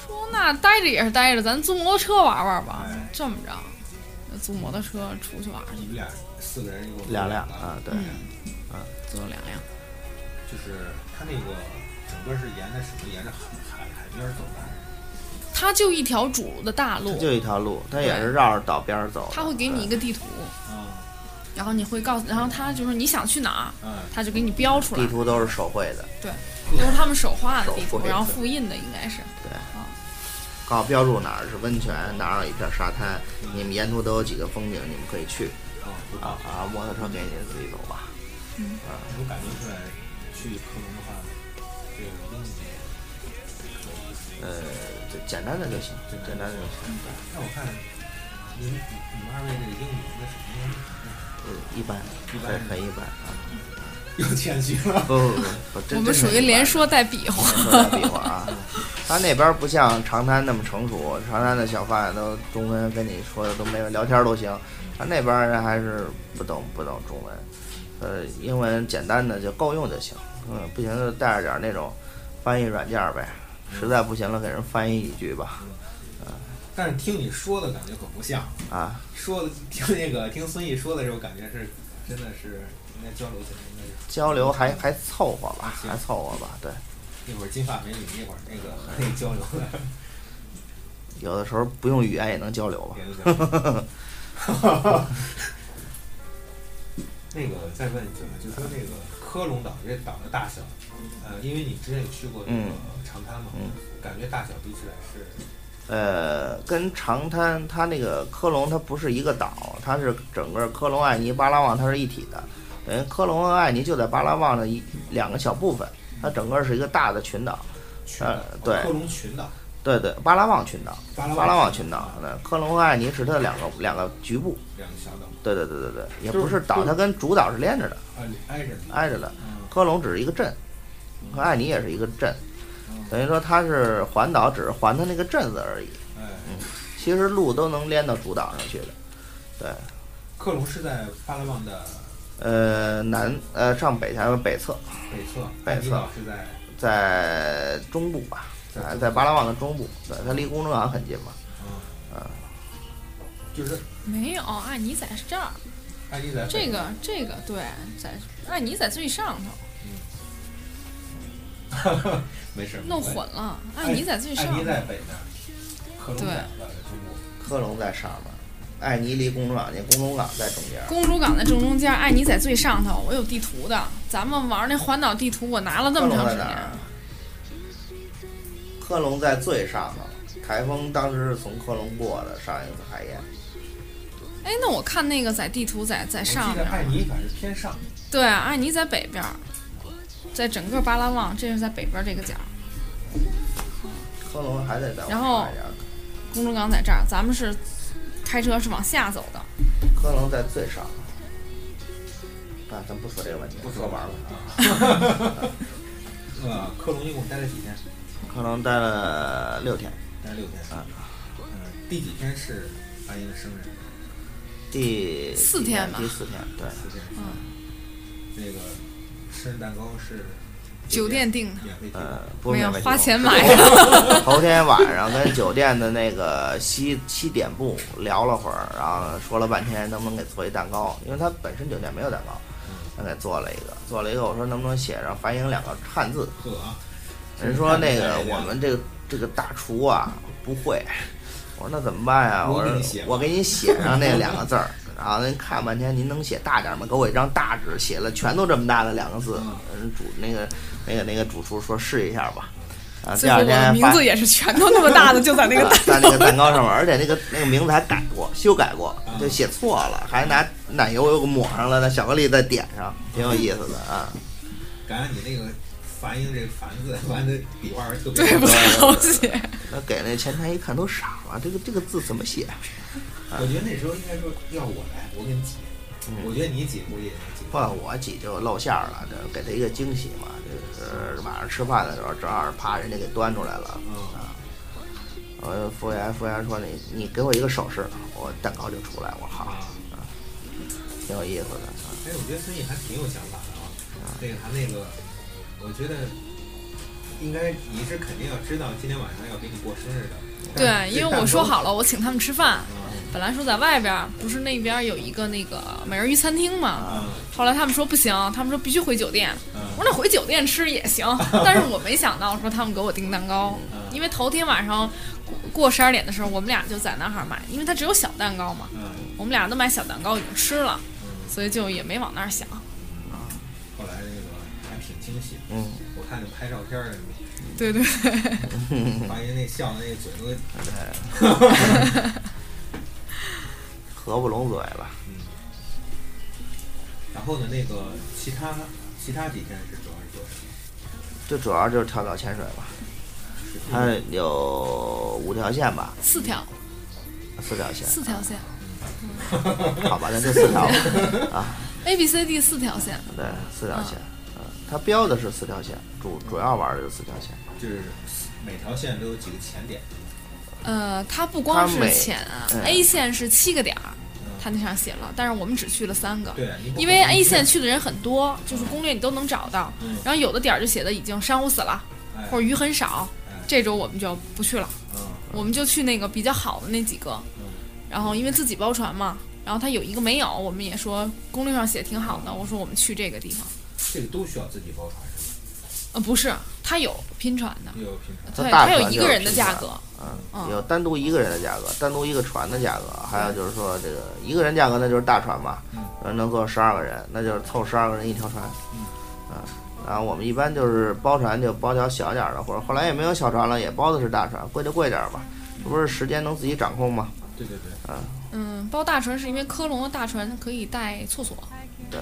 说那待着也是待着，咱租摩托车玩玩吧哎。这么着，租摩托车出去玩儿哦你去，们俩四个人一共亮亮啊，对，嗯，租了两辆。就是它那个整个是沿着什么？沿着海海海边儿走的还是，它就一条主的大它路，就一条路，它也是绕着岛边儿走的。它会给你一对个地图，啊然后你会告诉，然后它就是你想去哪儿，啊，它就给你标出来嗯地，图，都是手绘的，都是他们手画的地手图，绘然后复印的应该是。告诉标注哪儿是温泉，哪儿有一片沙滩，你们沿途都有几个风景，你们可以去哦，不啊错，啊！摩托车给你自己走吧。能感觉出来去科隆的话，这个东西。呃，就简单的就行，就简单的就行，那我 看你们你们二位这个英语那什么嗯，一般，一般很很一般啊。又谦虚了。不不不不，真我们真属很一于般连说带比划，说大比划啊。他那边不像长滩那么成熟，长滩的小贩都中文跟你说的都没有，聊天都行。他那边人还是不懂不懂中文，呃，英文简单的就够用就行。嗯，不行就带着点那种翻译软件呗，实在不行了给人翻译一句吧。但是听你说的感觉可不像，啊，说的听那个听孙毅说的时候，感觉是真的是应该交流起来，应该是交流还还凑合吧，行还凑合吧。对，一会儿金发美女，一会儿那个那个交流的，有的时候不用语言也能交流吧。 也就行了。那个再问一句啊，就说那个科隆岛这岛的大小，呃，因为你之前也去过这个嗯长滩嘛，嗯感觉大小比起来是呃，跟长滩它那个科隆它不是一个岛，它是整个科隆、爱尼、巴拉望它是一体的。等于科隆和艾尼就在巴拉望的一两个小部分，它整个是一个大的群岛。群岛呃，对科隆群岛，对对，巴拉望群岛，巴拉巴拉望望群啊岛，那科隆和艾尼是它的两个两个局部。两个小岛，对对对对对，也就是不是岛，它跟主岛是连着的，啊，挨着的，挨着的。嗯，科隆只是一个镇，和艾尼也是一个镇，等于说它是环岛，只是环它那个镇子而已。哎，其实路都能连到主岛上去的。克隆是在巴拉望的呃，南呃上北台湾北侧，北侧，北侧艾尼岛是在在中部吧，啊哎在在巴拉望的中部，对，它离公正港很近嘛。就是没有，艾尼在这儿，艾尼在 这个这个对，在艾尼在最上头，没事弄混，了，没艾关尼系在最艾上尼头，哎在北面，克隆对在呃中部。科隆在上面，艾尼离公正港近，公正港在中间。公主港的正中间，艾尼在最上头，我有地图的，咱们玩那环岛地图，我拿了那科么隆长在时哪间儿。？科隆在最上头。台风当时是从科隆过的，上一次海燕。哎，那我看那个在地图在在我上记得面，艾尼反正偏上，对，艾尼在北边儿，在整个巴拉望，这是在北边儿这个角儿，科隆还得再往然后上一点儿。公主港在这儿，咱们是开车是往下走的，科隆在最上。啊，咱不说这个问题，说玩儿吧。呃，克隆一共待了几天？科隆待了六天，待了六天啊。嗯，第几天是艾尼的生日？第四第天吧第四天，对，四天。嗯。那个生日蛋糕是酒店订的，免费提供。呃，不没有免费提花供钱买 的， 头天晚上跟酒店的那个西西点部聊了会儿，然后说了半天能不能给做一蛋糕，因为他本身酒店没有蛋糕，他给做了一个，做了一个，我说能不能写上反映两个汉字？呵啊，人说那个我们这个这个大厨啊不会，我说那怎么办呀？我我给你说写吧我给你写上那两个字儿，然后您看半天，您能写大点儿吗？给我一张大纸，写了全都这么大的两个字。嗯人主那个那个那个主厨说试一下吧，啊，第最后二我的天名发字也是全都那么大的，就在那个 啊在那个蛋糕上面，而且那个那个名字还改过，修改过，嗯就写错了，还拿奶油又给抹上了，那巧克力再点上，挺有意思的啊。感觉你那个反应这个“反”字玩的笔画特别对不多 太好写。那给那前台一看都傻了，这个这个字怎么写？啊我觉得那时候应该说要我来，我给你解。嗯我觉得你解估计也能解。换我姐就露馅儿了，这给他一个惊喜嘛，就是晚上吃饭的时候，正好是啪人家给端出来了嗯啊。我就服务员，服务员说你你给我一个手势，我蛋糕就出来，我好，啊，挺有意思的啊。哎，我觉得孙毅还挺有想法的啊。那个他那个，我觉得应该你是肯定要知道今天晚上要给你过生日的。但对，是因这为我说蛋糕好了，我请他们吃饭。嗯本来说在外边儿，不是那边儿有一个那个美人鱼餐厅嘛，啊后来他们说不行，他们说必须回酒店。我说那回酒店吃也 行，但是我没想到说他们给我订蛋糕，啊因为头天晚上过过十二点的时候，我们俩就在那儿买，因为它只有小蛋糕嘛，嗯，我们俩都买小蛋糕已经吃了，所以就也没往那儿想。后来那个还挺惊喜的。嗯，我看那拍照片儿，对对，嗯发现那笑的那嘴都 合不拢嘴了。然后呢，那个其他其他几天是主要是做什么？最主要就是跳岛潜水吧，它有五条线吧，四条四条线，四条啊线好吧，那就四条吧啊， ，A B C D 四条线，对，四条线，嗯，它标的是四条线，主主要玩的就是四条线，就是每条线都有几个前点，呃，它不光它是每浅啊嗯，A 线是七个点儿，它那上写了，但是我们只去了三个。对啊，你不可能因为 A 一线去的人很多，就是攻略你都能找到。嗯然后有的点儿就写的已经珊瑚死了，哎或者鱼很少哎，这周我们就不去了，嗯我们就去那个比较好的那几个。嗯然后因为自己包船嘛，然后它有一个没有，我们也说攻略上写挺好嗯的，我说我们去这个地方。这个都需要自己包船是吧？呃，不是，它有拼船的，又有平常对，大它有船一就个有人的拼价船格，嗯，嗯有单独一个人的价格，单独一个船的价格，还有就是说这个一个人价格那就是大船嘛，嗯，能坐十二个人，那就是凑十二个人一条船，嗯，然后我们一般就是包船就包条小点儿的，或者后来也没有小船了，也包的是大船，贵就贵点儿吧，嗯这不是时间能自己掌控吗？对对对，嗯，包大船是因为科隆的大船可以带厕所，对，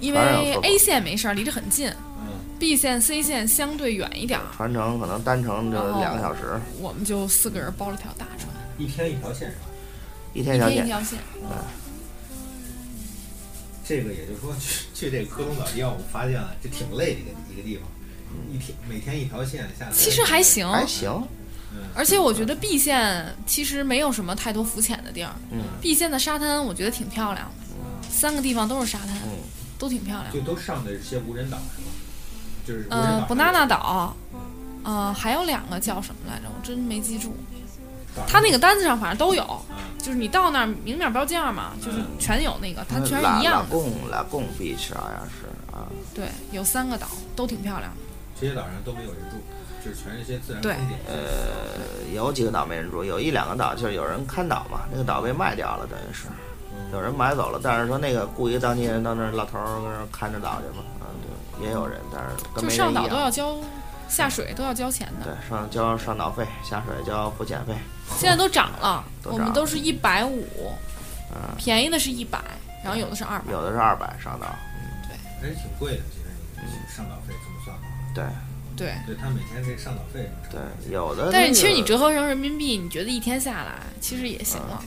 因当然为有错过 A 线没事儿，离着很近嗯， ，B 线、C 线相对远一点儿，船程可能单程就哦两个小时，我们就四个人包了条大船，一天一条线是吧？一一天小天一姐条线。这个也就是说去去这个科隆岛一样，我发现啊，这挺累的一个一个地方，一天每天一条线下来，嗯其实还行，还行，而且我觉得 B 线其实没有什么太多浮潜的地儿。嗯 B 线的沙滩我觉得挺漂亮的，三个地方都是沙滩，嗯都挺漂亮就。都上的是些无人岛是吗？就是无人岛嗯、上呃有，博纳纳岛，呃，还有两个叫什么来着？我真没记住。岛上他那个单子上反正都有，嗯就是你到那儿明面标价嘛，就是全有那个，它全是拉拉一样的。贡拉贡 beach 好像是啊，对，有三个岛，都挺漂亮的。这些岛上都没有人住，就是全是些自然风对景。呃有几个岛没人住，有一两个岛就是有人看岛嘛，那个岛被卖掉了，等于是有人买走了，但是说那个雇一个当地人到那儿老头儿跟那儿看着岛去嘛，啊对，也有人，但是跟就没上人岛一都要样。交，下水都要交钱的。对，上交上岛费，下水交浮潜费，现在都涨了，都我涨们了都是一百五，便宜的是一百，然后有的是二百。嗯有的是二百上岛，还是挺贵的，其实你上岛费这么算的话，对对，对他每天这上岛费什么的，对，有的那个、但是其实你折合成人民币，你觉得一天下来其实也行了。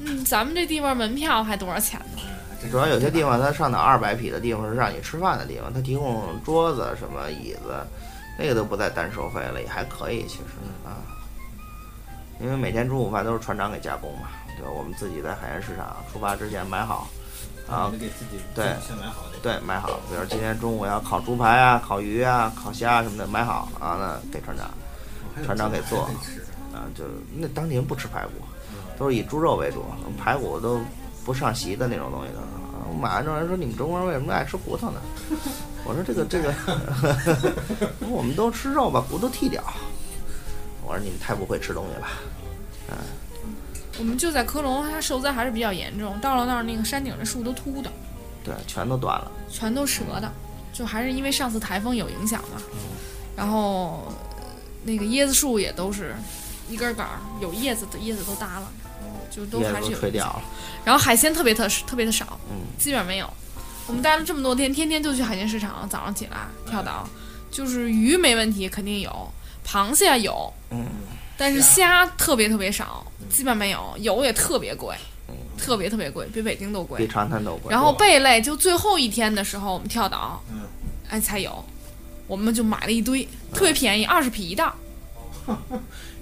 嗯，咱们这地方门票还多少钱呢？嗯还真是主要有些地方它上岛二百匹的地方是让你吃饭的地方，它提供桌子什么椅子，那个都不再单收费了，也还可以其实啊。因为每天中午饭都是船长给加工嘛，对吧，我们自己在海鲜市场出发之前买好，啊你得给自己对先买好的。对，买好，比如今天中午要烤猪排啊、烤鱼啊、烤虾什么的，买好啊，那给船长，还有船长给做还得吃啊，就那当地人不吃排骨，都是以猪肉为主，排骨都不上席的那种东西的。啊我马上就有人说你们中国人为什么爱吃骨头呢？ 我说这个这个， 我们都吃肉，把骨头剔掉。我说你们太不会吃东西了。我们就在科隆，它受灾还是比较严重，到了那儿那个山顶的树都秃的，对，全都断了。全都折的，就还是因为上次台风有影响嘛。嗯然后呃那个椰子树也都是一根杆儿有叶子的叶子都耷了，就嗯都叶还子是都有吹影掉响。了。然后海鲜特别特特别的少，嗯基本上没有。我们待了这么多天，天天就去海鲜市场，早上起来跳岛，嗯就是鱼没问题，肯定有，螃蟹有，嗯，但是虾特别特别少，基本没有，有也特别贵，特别特别贵，比北京嗯都比贵。长滩都贵。然后贝类就最后一天的时候，我们跳岛，嗯哎才有，我们就买了一堆，嗯特别便宜，二十匹一袋儿，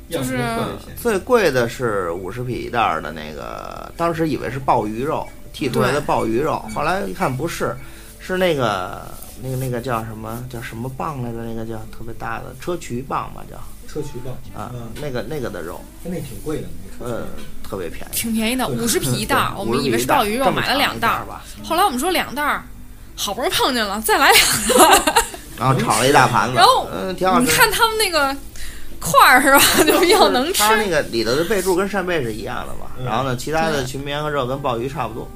要就是特别便宜最贵的是五十匹一袋儿的那个，当时以为是鲍鱼肉剔出来的鲍鱼肉，后来一看不是，是那个那个那个叫什么叫什么蚌来着？那个叫特别大的砗磲蚌吧，叫车渠吧，啊嗯，，那个那个的肉，那那挺贵的，那车渠呃，特别便宜。挺便宜嗯的，五十匹一袋儿，我们50以为匹是一袋儿鲍鱼肉，这么买了长两一袋袋儿儿。吧，后来我们说两袋儿，好不容易碰见了，再来两袋 儿。然后炒了一大盘子，然后嗯，挺好你吃。看他们那个块儿是吧？ 就是要能吃。它那个里头的贝柱跟扇贝是一样的嘛，然后呢，其他的群绵和肉跟鲍鱼差不多。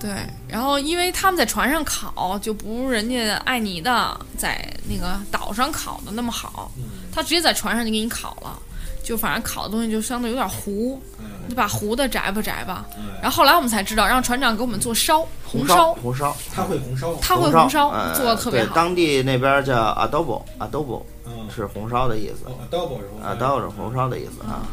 对，然后因为他们在船上烤，就不是人家爱尼的在那个岛上烤的那么好，他直接在船上就给你烤了。就反正烤的东西就相对有点糊，嗯你把糊的摘吧摘吧。嗯，然后后来我们才知道，让船长给我们做烧红烧，烧，红烧，他会红烧，他会红红烧呃做的特别对，好。当地那边叫 adobo，adobo 嗯，是红烧的意思。哦，adobo 是红烧啊，刀是红烧的意思啊。嗯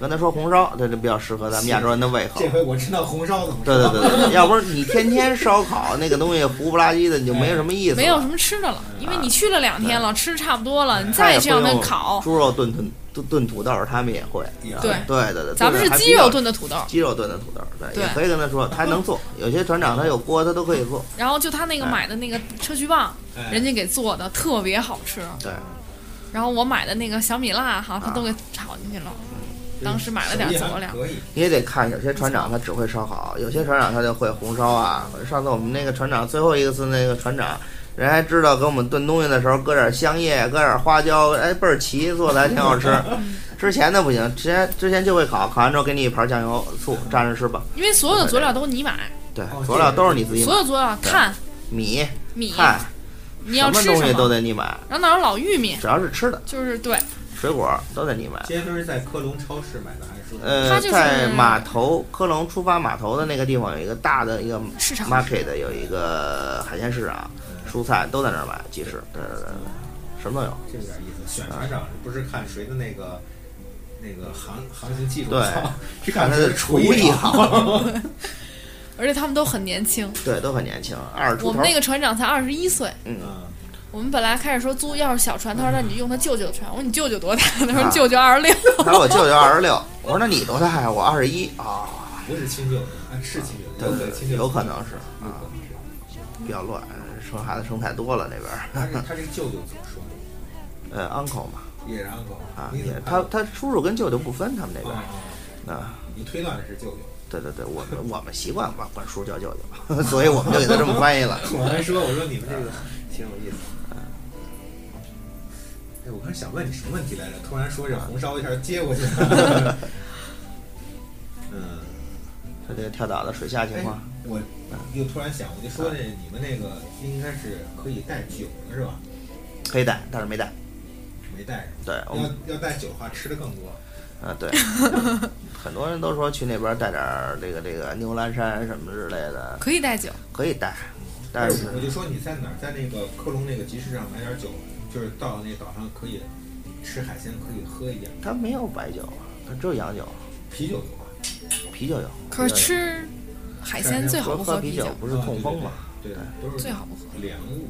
跟他说红烧，这就比较适合咱们亚洲人的胃口这。回我知道红烧怎么对烧对了。对对对，要不是你天天烧烤那个东西糊不拉几的，你就没什么意思了。没有什么吃的了，因为你去了两天了，吃差不多了，你他再也去会让他用烤，猪肉炖炖炖炖土豆，他们也会。对对对对，咱们是炖得还比鸡较肉炖的土豆，鸡肉炖的土豆，对，对也可以跟他说，他能做。有些团长他有锅，他都可以做。然后就他那个买的那个车磲棒，哎人家给做的特别好吃。对，然后我买的那个小米辣，哈，他都给炒进去了。嗯当时买了点手佐料艺还可以，你也得看，有些船长他只会烧烤，有些船长他就会红烧啊。上次我们那个船长最后一次那个船长，人还知道给我们炖东西的时候搁点香叶，搁点花椒，哎倍儿齐，做的还挺好吃。之前的不行，之前之前就会烤，烤完之后给你一盘酱油醋蘸着吃吧。因为所有的佐料都是你买，对哦，佐料都是你自己买所，有佐料碳、米、米，菜，你什要么吃东西什都么？得你买，然后那有老玉米，只要是吃的。就是对，水果都得你买。这些都是在科隆超市买的，还是说？呃它，就是在码头科隆出发码头的那个地方有一个大的一个市场 market，有一个海鲜市场，呃蔬菜都在那儿买，集市，对对对对，什么都有。这有点意思。选船长不是看谁的那个那个航航行技术对好，是看看他谁的厨艺好。好，而且他们都很年轻。对，都很年轻，二十我出头们。那个船长才二十一岁， 嗯，我们本来开始说租要是小船，他说那你就用他舅舅的船，我说你舅舅多大？他啊说舅舅二十六。他说我舅舅二十六，我说那你多大呀？我二十一啊，不是清酒的，啊是清酒对的，有可能对清对酒的有可能是有可啊，能是。比较乱，生孩子生太多了那边儿， 他这他这舅舅怎么说？呃，uncle 嘛野然狗啊，你怎也么他看他叔叔跟舅舅不分，他们那边啊儿，啊。你推断的是舅舅。对对对，我们我们习惯管管叔叫舅舅， 所以我们就给他这么翻译了。 我还说，我说你们这啊个挺有意思。哎，我刚才想问你什么问题来着？突然说这红烧一下接过去 了。嗯，他这个跳岛的水下情哎况，，我又突然想，我就说这你们那个应该是可以带酒的是吧？可以带，但是没带。没带是吧？对，我们要要带酒的话，吃的更多。啊对， 很多人都说去那边带点儿这个这个牛栏山什么之类的，可以带酒，可以带，但但是我就说你在哪儿，在那个科隆那个集市上买点酒，就是到那岛上可以吃海鲜，可以喝一点他没有白酒，他只有洋酒，啤酒的话，啤酒有。可是啤酒吃海鲜最有好不说喝啤酒不是啊痛风嘛？？对对对，对都是最好不喝。粮物。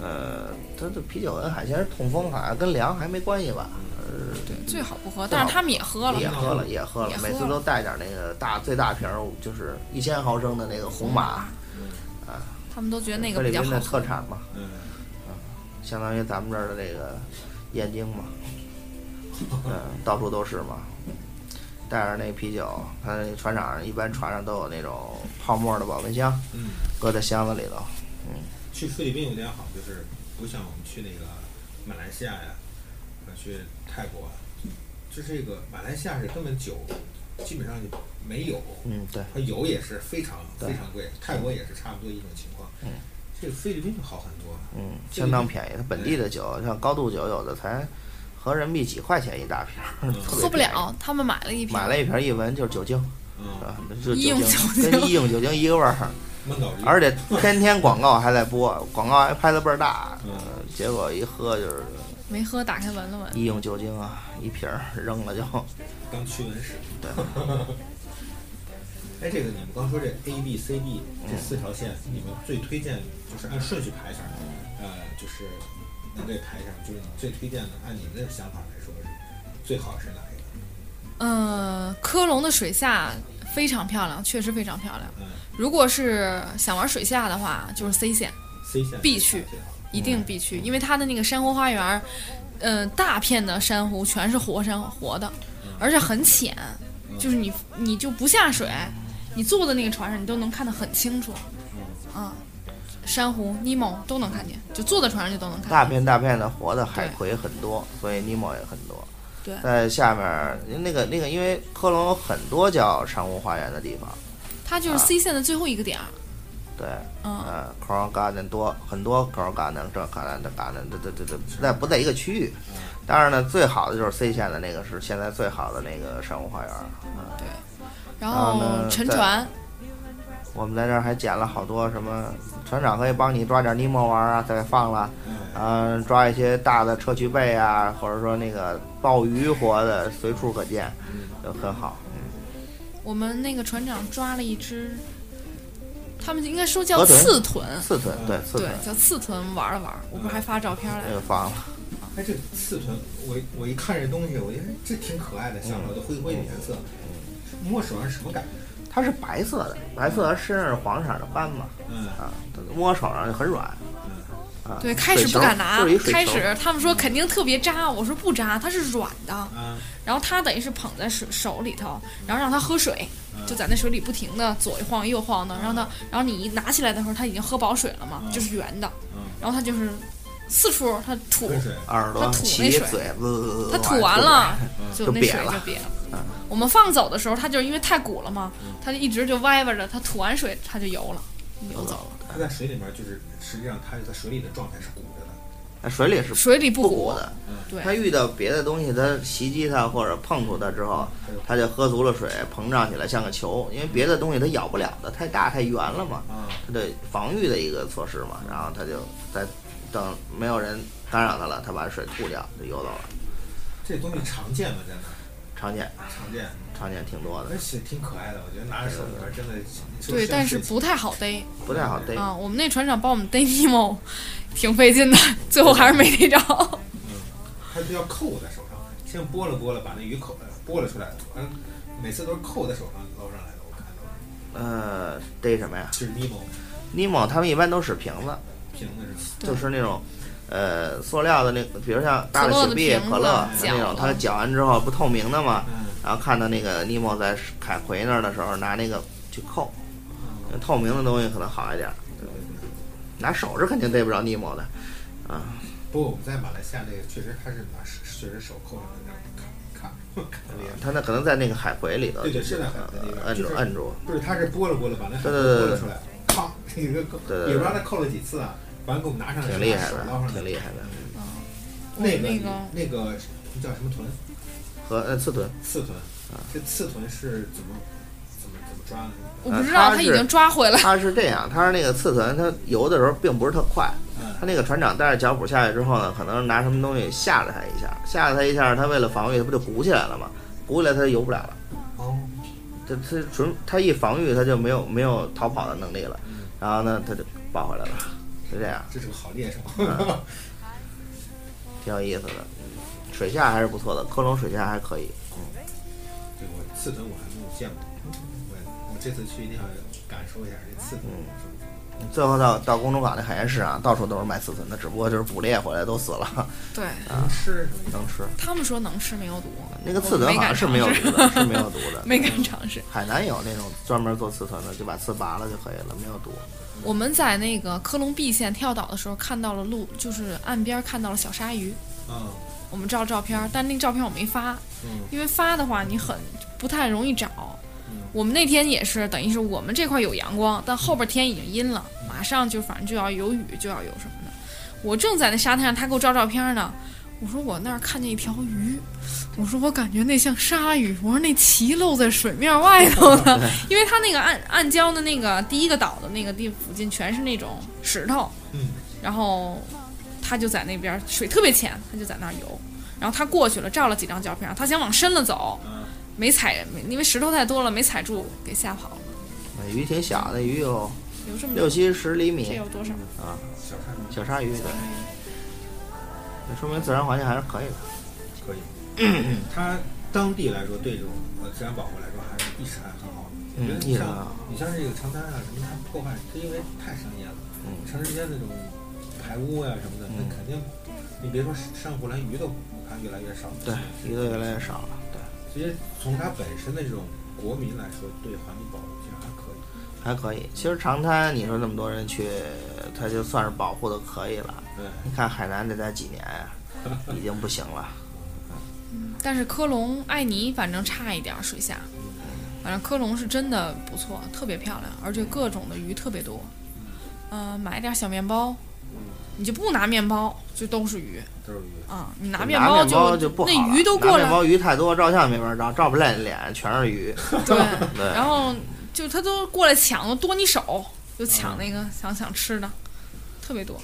呃，他这啤酒跟海鲜是痛风，好像跟凉还没关系吧？呃，对，最好不喝。但是他们也喝了，也喝了，也喝也了，喝每次都带点那个大最大瓶儿，就是一千毫升的那个红马，他们都觉得嗯那菲个律比较宾好的喝特。产嘛，嗯，相当于咱们这儿的这个燕京嘛，嗯，到处都是嘛。带着那啤酒，他那船长一般船上都有那种泡沫的保温箱，嗯，搁在箱子里头。去菲律宾有点好，就是不像我们去那个马来西亚呀，啊去泰国啊，就这个马来西亚是根本酒基本上就没有，嗯，对，它有也是非常对非常贵，泰国也是差不多一种情况。嗯这个菲律宾就好很多，啊嗯，相当便宜。它本地的酒，像高度酒，有的才合人民币几块钱一大瓶 儿，特别喝不便宜。了，他们买了一瓶，买了一瓶，一闻就是酒精，嗯，啊，就是医用酒酒精精，跟医用酒精一个味 儿。闷倒一而且天天广告还在播，广告还拍的倍儿大，嗯呃结果一喝就是没喝，打开闻了闻。医用酒精啊，一瓶儿扔了就。当驱蚊使。对。 哎，这个你们刚说这 A B C D 这四条线，你们最推荐就是按顺序排一下，呃，就是能给排一下，就是你最推荐的，按你们的想法来说，最好是哪一个？嗯，科隆的水下非常漂亮，确实非常漂亮。嗯如果是想玩水下的话，就是 C 线， ，C 线必是去最好的一定嗯必去，因为它的那个珊瑚花园儿，嗯，大片的珊瑚全是活珊瑚活的，嗯而且很浅，就是你你就不下水，你坐在那个船上，你都能看得很清楚，嗯，珊瑚、尼莫都能看见，就坐在船上就都能看见。大片大片的活的海葵很多，所以尼莫也很多。对在下面儿那个那个，因为科隆有很多叫珊瑚花园的地方，它啊就是 C 线的最后一个点儿，对，嗯，呃，Coral Garden 多很多 Coral Garden 这 Garden 这 Garden 这这这这不在不在一个区域。当然呢，最好的就是 C 县的那个是现在最好的那个珊瑚花园儿。嗯然然后后呢沉在船，我们在这儿还捡了好多什么，船长可以帮你抓点尼莫玩儿啊，再放了，嗯、抓一些大的砗磲贝啊，或者说那个鲍鱼活的，随处可见，嗯就很好。我们那个船长抓了一只，他们应该说叫河豚刺豚，刺豚，嗯对刺嗯对豚，，叫刺豚玩了玩，我不是还发照片来那着个放了，哎，这刺豚，我我一看这东西，我觉得哎这挺可爱的，想着我就挥挥这颜色，摸手上是什么感觉？它是白色的，白色而身上是黄色的斑嘛，嗯，啊，摸手上就很软，啊，对，开始水不球敢拿就是一，水开球始他们说肯定特别扎，我说不扎，它是软的，啊，然后他等于是捧在手手里头，然后让它喝水，呃就在那水里不停的左晃右晃的，让它，然后你一拿起来的时候，它已经喝饱水了嘛，就是圆的，然后它就是四处它吐，嗯喷水，耳朵它吐起那嘴水，呃它吐完了，就就那瘪水就了嗯瘪了。我们放走的时候，它就是因为太鼓了嘛，它就一直就歪歪着，它吐完水嗯它就游了，游走了。它在水里面就是，实际上它在水里的状态是鼓着的，那水里是水里不不鼓鼓的。对它遇到别的东西，它袭击它或者碰触它之后，它就喝足了水，膨胀起来像个球，因为别的东西它咬不了的，太大太圆了嘛，它的防御的一个措施嘛，然后它就在等没有人干扰它了，它把水吐掉就游走了，这东西常见吗？真的常见常见，常见挺多的而，且挺可爱的。我觉得拿着手里边真的是对，但是是不太好逮不太好逮。啊。我们那船长帮我们逮尼莫，挺费劲的，最后还是没逮着。它都要扣在手上，先拨了拨了，把那鱼扣拨了出来，嗯，每次都是扣在手上捞上来的。我看都是，呃，逮什么呀？就是尼莫尼莫他们一般都使瓶子，瓶子是就是那种，呃，塑料的那个，比如像大可乐的雪的碧、瓶可子乐搅那种，了它搅完之后不透明的嘛。嗯然后看到那个尼莫在凯奎那儿的时候，拿那个去扣，那透明的东西可能好一点儿。拿手是肯定逮不着尼莫的，不过我们在马来西亚这个确实他是拿手确实手扣上来，然后咔咔咔连。他那可能在那个海葵里头，嗯对对就是在海葵里边呃摁就住是摁住，不是，他是拨了拨了，把那海对螺对对拨了出来，咔，一个扣，对对对也不知道他扣了几次啊，反正给我们拿上来，挺厉害手的捞上，来，嗯挺厉害的。哦那个 那那个那个叫什么臀？和呃刺豚，刺臀，啊这刺臀是怎么怎么怎么抓的？我不知啊道，他他已是经抓回来。它是这样，它是那个刺豚，它游的时候并不是特快，它嗯，那个船长带着脚蹼下去之后呢，可能拿什么东西吓了它一下，吓了它一下，它为了防御，它不就鼓起来了吗？鼓起来它就游不了了，哦，它它纯它一防御，它就没有没有逃跑的能力了，然后呢，它就抱回来了，是这样，这是个好猎手，啊挺有意思的。嗯水下还是不错的，科隆水下还可以。 对我刺臀我还没有见过，我我这次去一定要感受一下这刺臀。嗯最后到到公主港那海鲜市场，到处都是卖刺豚的，只不过就是捕猎回来都死了，对啊能吃什么能吃。他们说能吃没有毒，那个刺豚好像是没有毒的，是没有毒的。 没敢尝试。海南有那种专门做刺豚的，就把刺拔了就可以了，没有毒。 我们在那个科隆碧县跳岛的时候，看到了路，就是岸边看到了小鲨鱼，啊？我们照照片儿，但那个照片我没发，嗯因为发的话你很不太容易找嗯。我们那天也是，等于是我们这块有阳光，但后边天已经阴了，马上就反正就要有雨，就要有什么的。我正在那沙滩上，他给我照照片呢。我说我那儿看见一条鱼，我说我感觉那像鲨鱼，我说那鳍露在水面外头呢，因为它那个暗暗礁的那个第一个岛的那个地附近全是那种石头，嗯，然后他就在那边水特别浅，他就在那儿游，然后他过去了，照了几张照片，他想往深了走，嗯没踩，没因为石头太多了，没踩住，给吓跑了。那鱼挺小，那鱼有有这么六七十厘嗯这米有，多少？啊，小鲨鱼小鲨鱼对，那说明自然环境还是可以的。可以，它当地来说对这种呃自然保护来说还是意识还很好。嗯我觉得意你识很像好你像这个长滩啊什么，它破坏是因为太商业了，嗯城市间那种排污呀、什么的，嗯那肯定你别说上湖蓝鱼都它越来越少，对，鱼都越来越少了。对，其实从它本身的这种国民来说，对环境保护其实还可以。还可以。其实长滩，你说那么多人去，它就算是保护的可以了。对，你看海南这才几年呀、 已经不行了。但是科隆、艾尼反正差一点儿水下，嗯反正科隆是真的不错，特别漂亮，而且各种的鱼特别多。嗯、买点儿小面包，嗯你就不拿面包，就都是鱼都是鱼。啊、你拿面面包包就不好了，那鱼都拿过面来，包鱼太多，照相没法照，照不来脸全是鱼。对， 对，然后就他都过来抢了，多你手，就抢那嗯个想想吃的，特别多。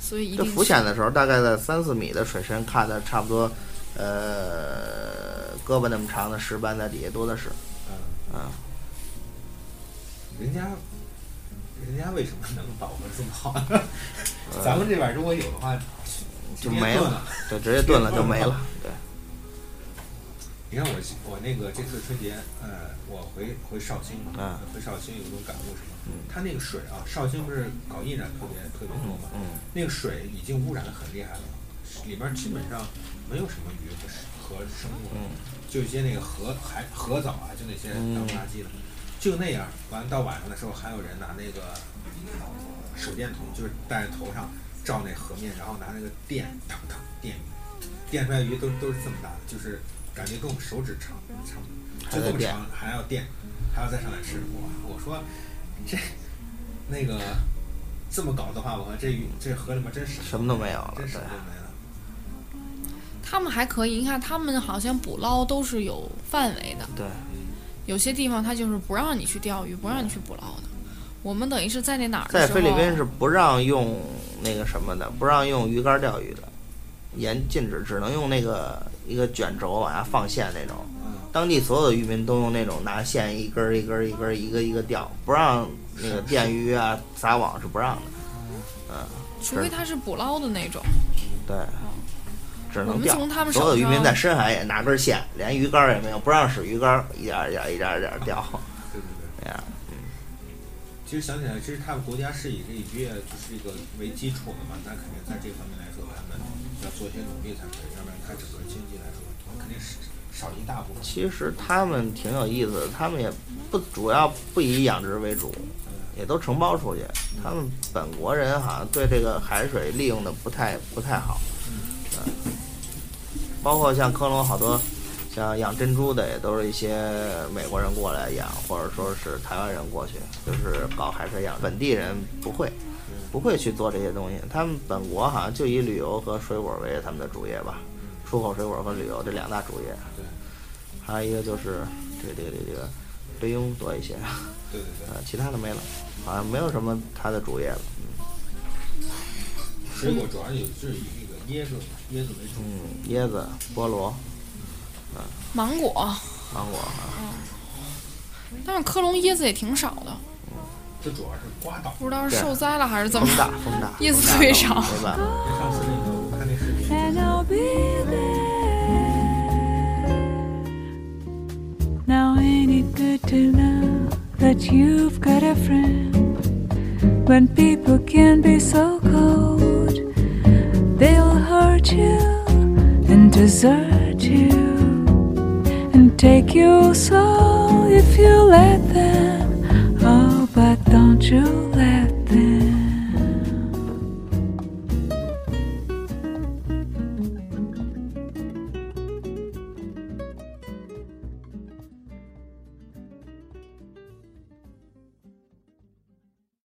所以一这定浮是潜的时候，大概在三四米的水深，看的差不多，呃，胳膊那么长的石斑在底下多的是。嗯啊，人家，人家为什么能把握这么好呢？ 咱们这边如果有的话，就直接没炖了了。呃对，直接炖了就没了。嗯对，你看我我那个这次春节，呃，我回回绍兴嘛，嗯回绍兴有种感悟什么？它那个水啊，绍兴不是搞印染特别特别多嘛，嗯，那个水已经污染得很厉害了，里边基本上没有什么鱼和生和生物，嗯就一些那个河海河藻啊，就那些当垃圾的，就那样。完到晚上的时候，还有人拿那个手电筒，就是戴在头上照那河面，然后拿那个电烫烫电鱼，电出来鱼都都是这么大的，就是感觉跟我手指长长就这么长，还要电，还要再上来吃。哇，我说这那个这么搞的话，我看这这河里面真啥什么都没有了。真啥对啊都，没了。他们还可以，你看他们好像捕捞都是有范围的，对，有些地方他就是不让你去钓鱼，不让你去捕捞的。我们等于是在那哪儿的在时菲律候宾是不让用那个什么的，不让用鱼竿钓鱼的，严禁止，只能用那个一个卷轴往下放线那种。嗯当地所有的渔民都用那种拿线一根儿一根儿一根儿一个一个钓，不让那个电鱼啊撒网是不让的。除非他是捕捞的那种。对，只我能们钓。从他们手所有渔民上在深海也拿根线，连鱼竿也没有，不让使鱼竿，一点儿一点儿一点儿一点儿钓。对对对，哎呀，其实想起来，其实他们国家是以这个渔业就是一个为基础的嘛，那肯定在这方面来说，他们要做一些努力才可以，要不然他整个经济来说肯定是少一大部分。其实他们挺有意思的，他们也不主要不以养殖为主，也都承包出去。他们本国人好像对这个海水利用的不太不太好，嗯，包括像科隆好多像养珍珠的，也都是一些美国人过来养，或者说是台湾人过去，就是搞海水养，本地人不会。不会去做这些东西，他们本国好像就以旅游和水果为他们的主业吧，出口水果和旅游这两大主业。还有一个就是这个这个这个这个菲佣多一些，对对对，呃，其他的没了，好像没有什么它的主业了。水果主要也是以那个椰子椰子为主。嗯，椰子、菠萝、芒果，芒果啊，但是科隆椰子也挺少的，这主要是瓜岛。不知道是对受灾了还是怎么风大着。风大，椰子风大特别了少没办法。上次那个我看那视频， And I'll be there. Now, ain't it good to know that you've got a friend? When people can be so cold, they'll hurt you and desert you and take your soul if you let them. Oh, but don't you let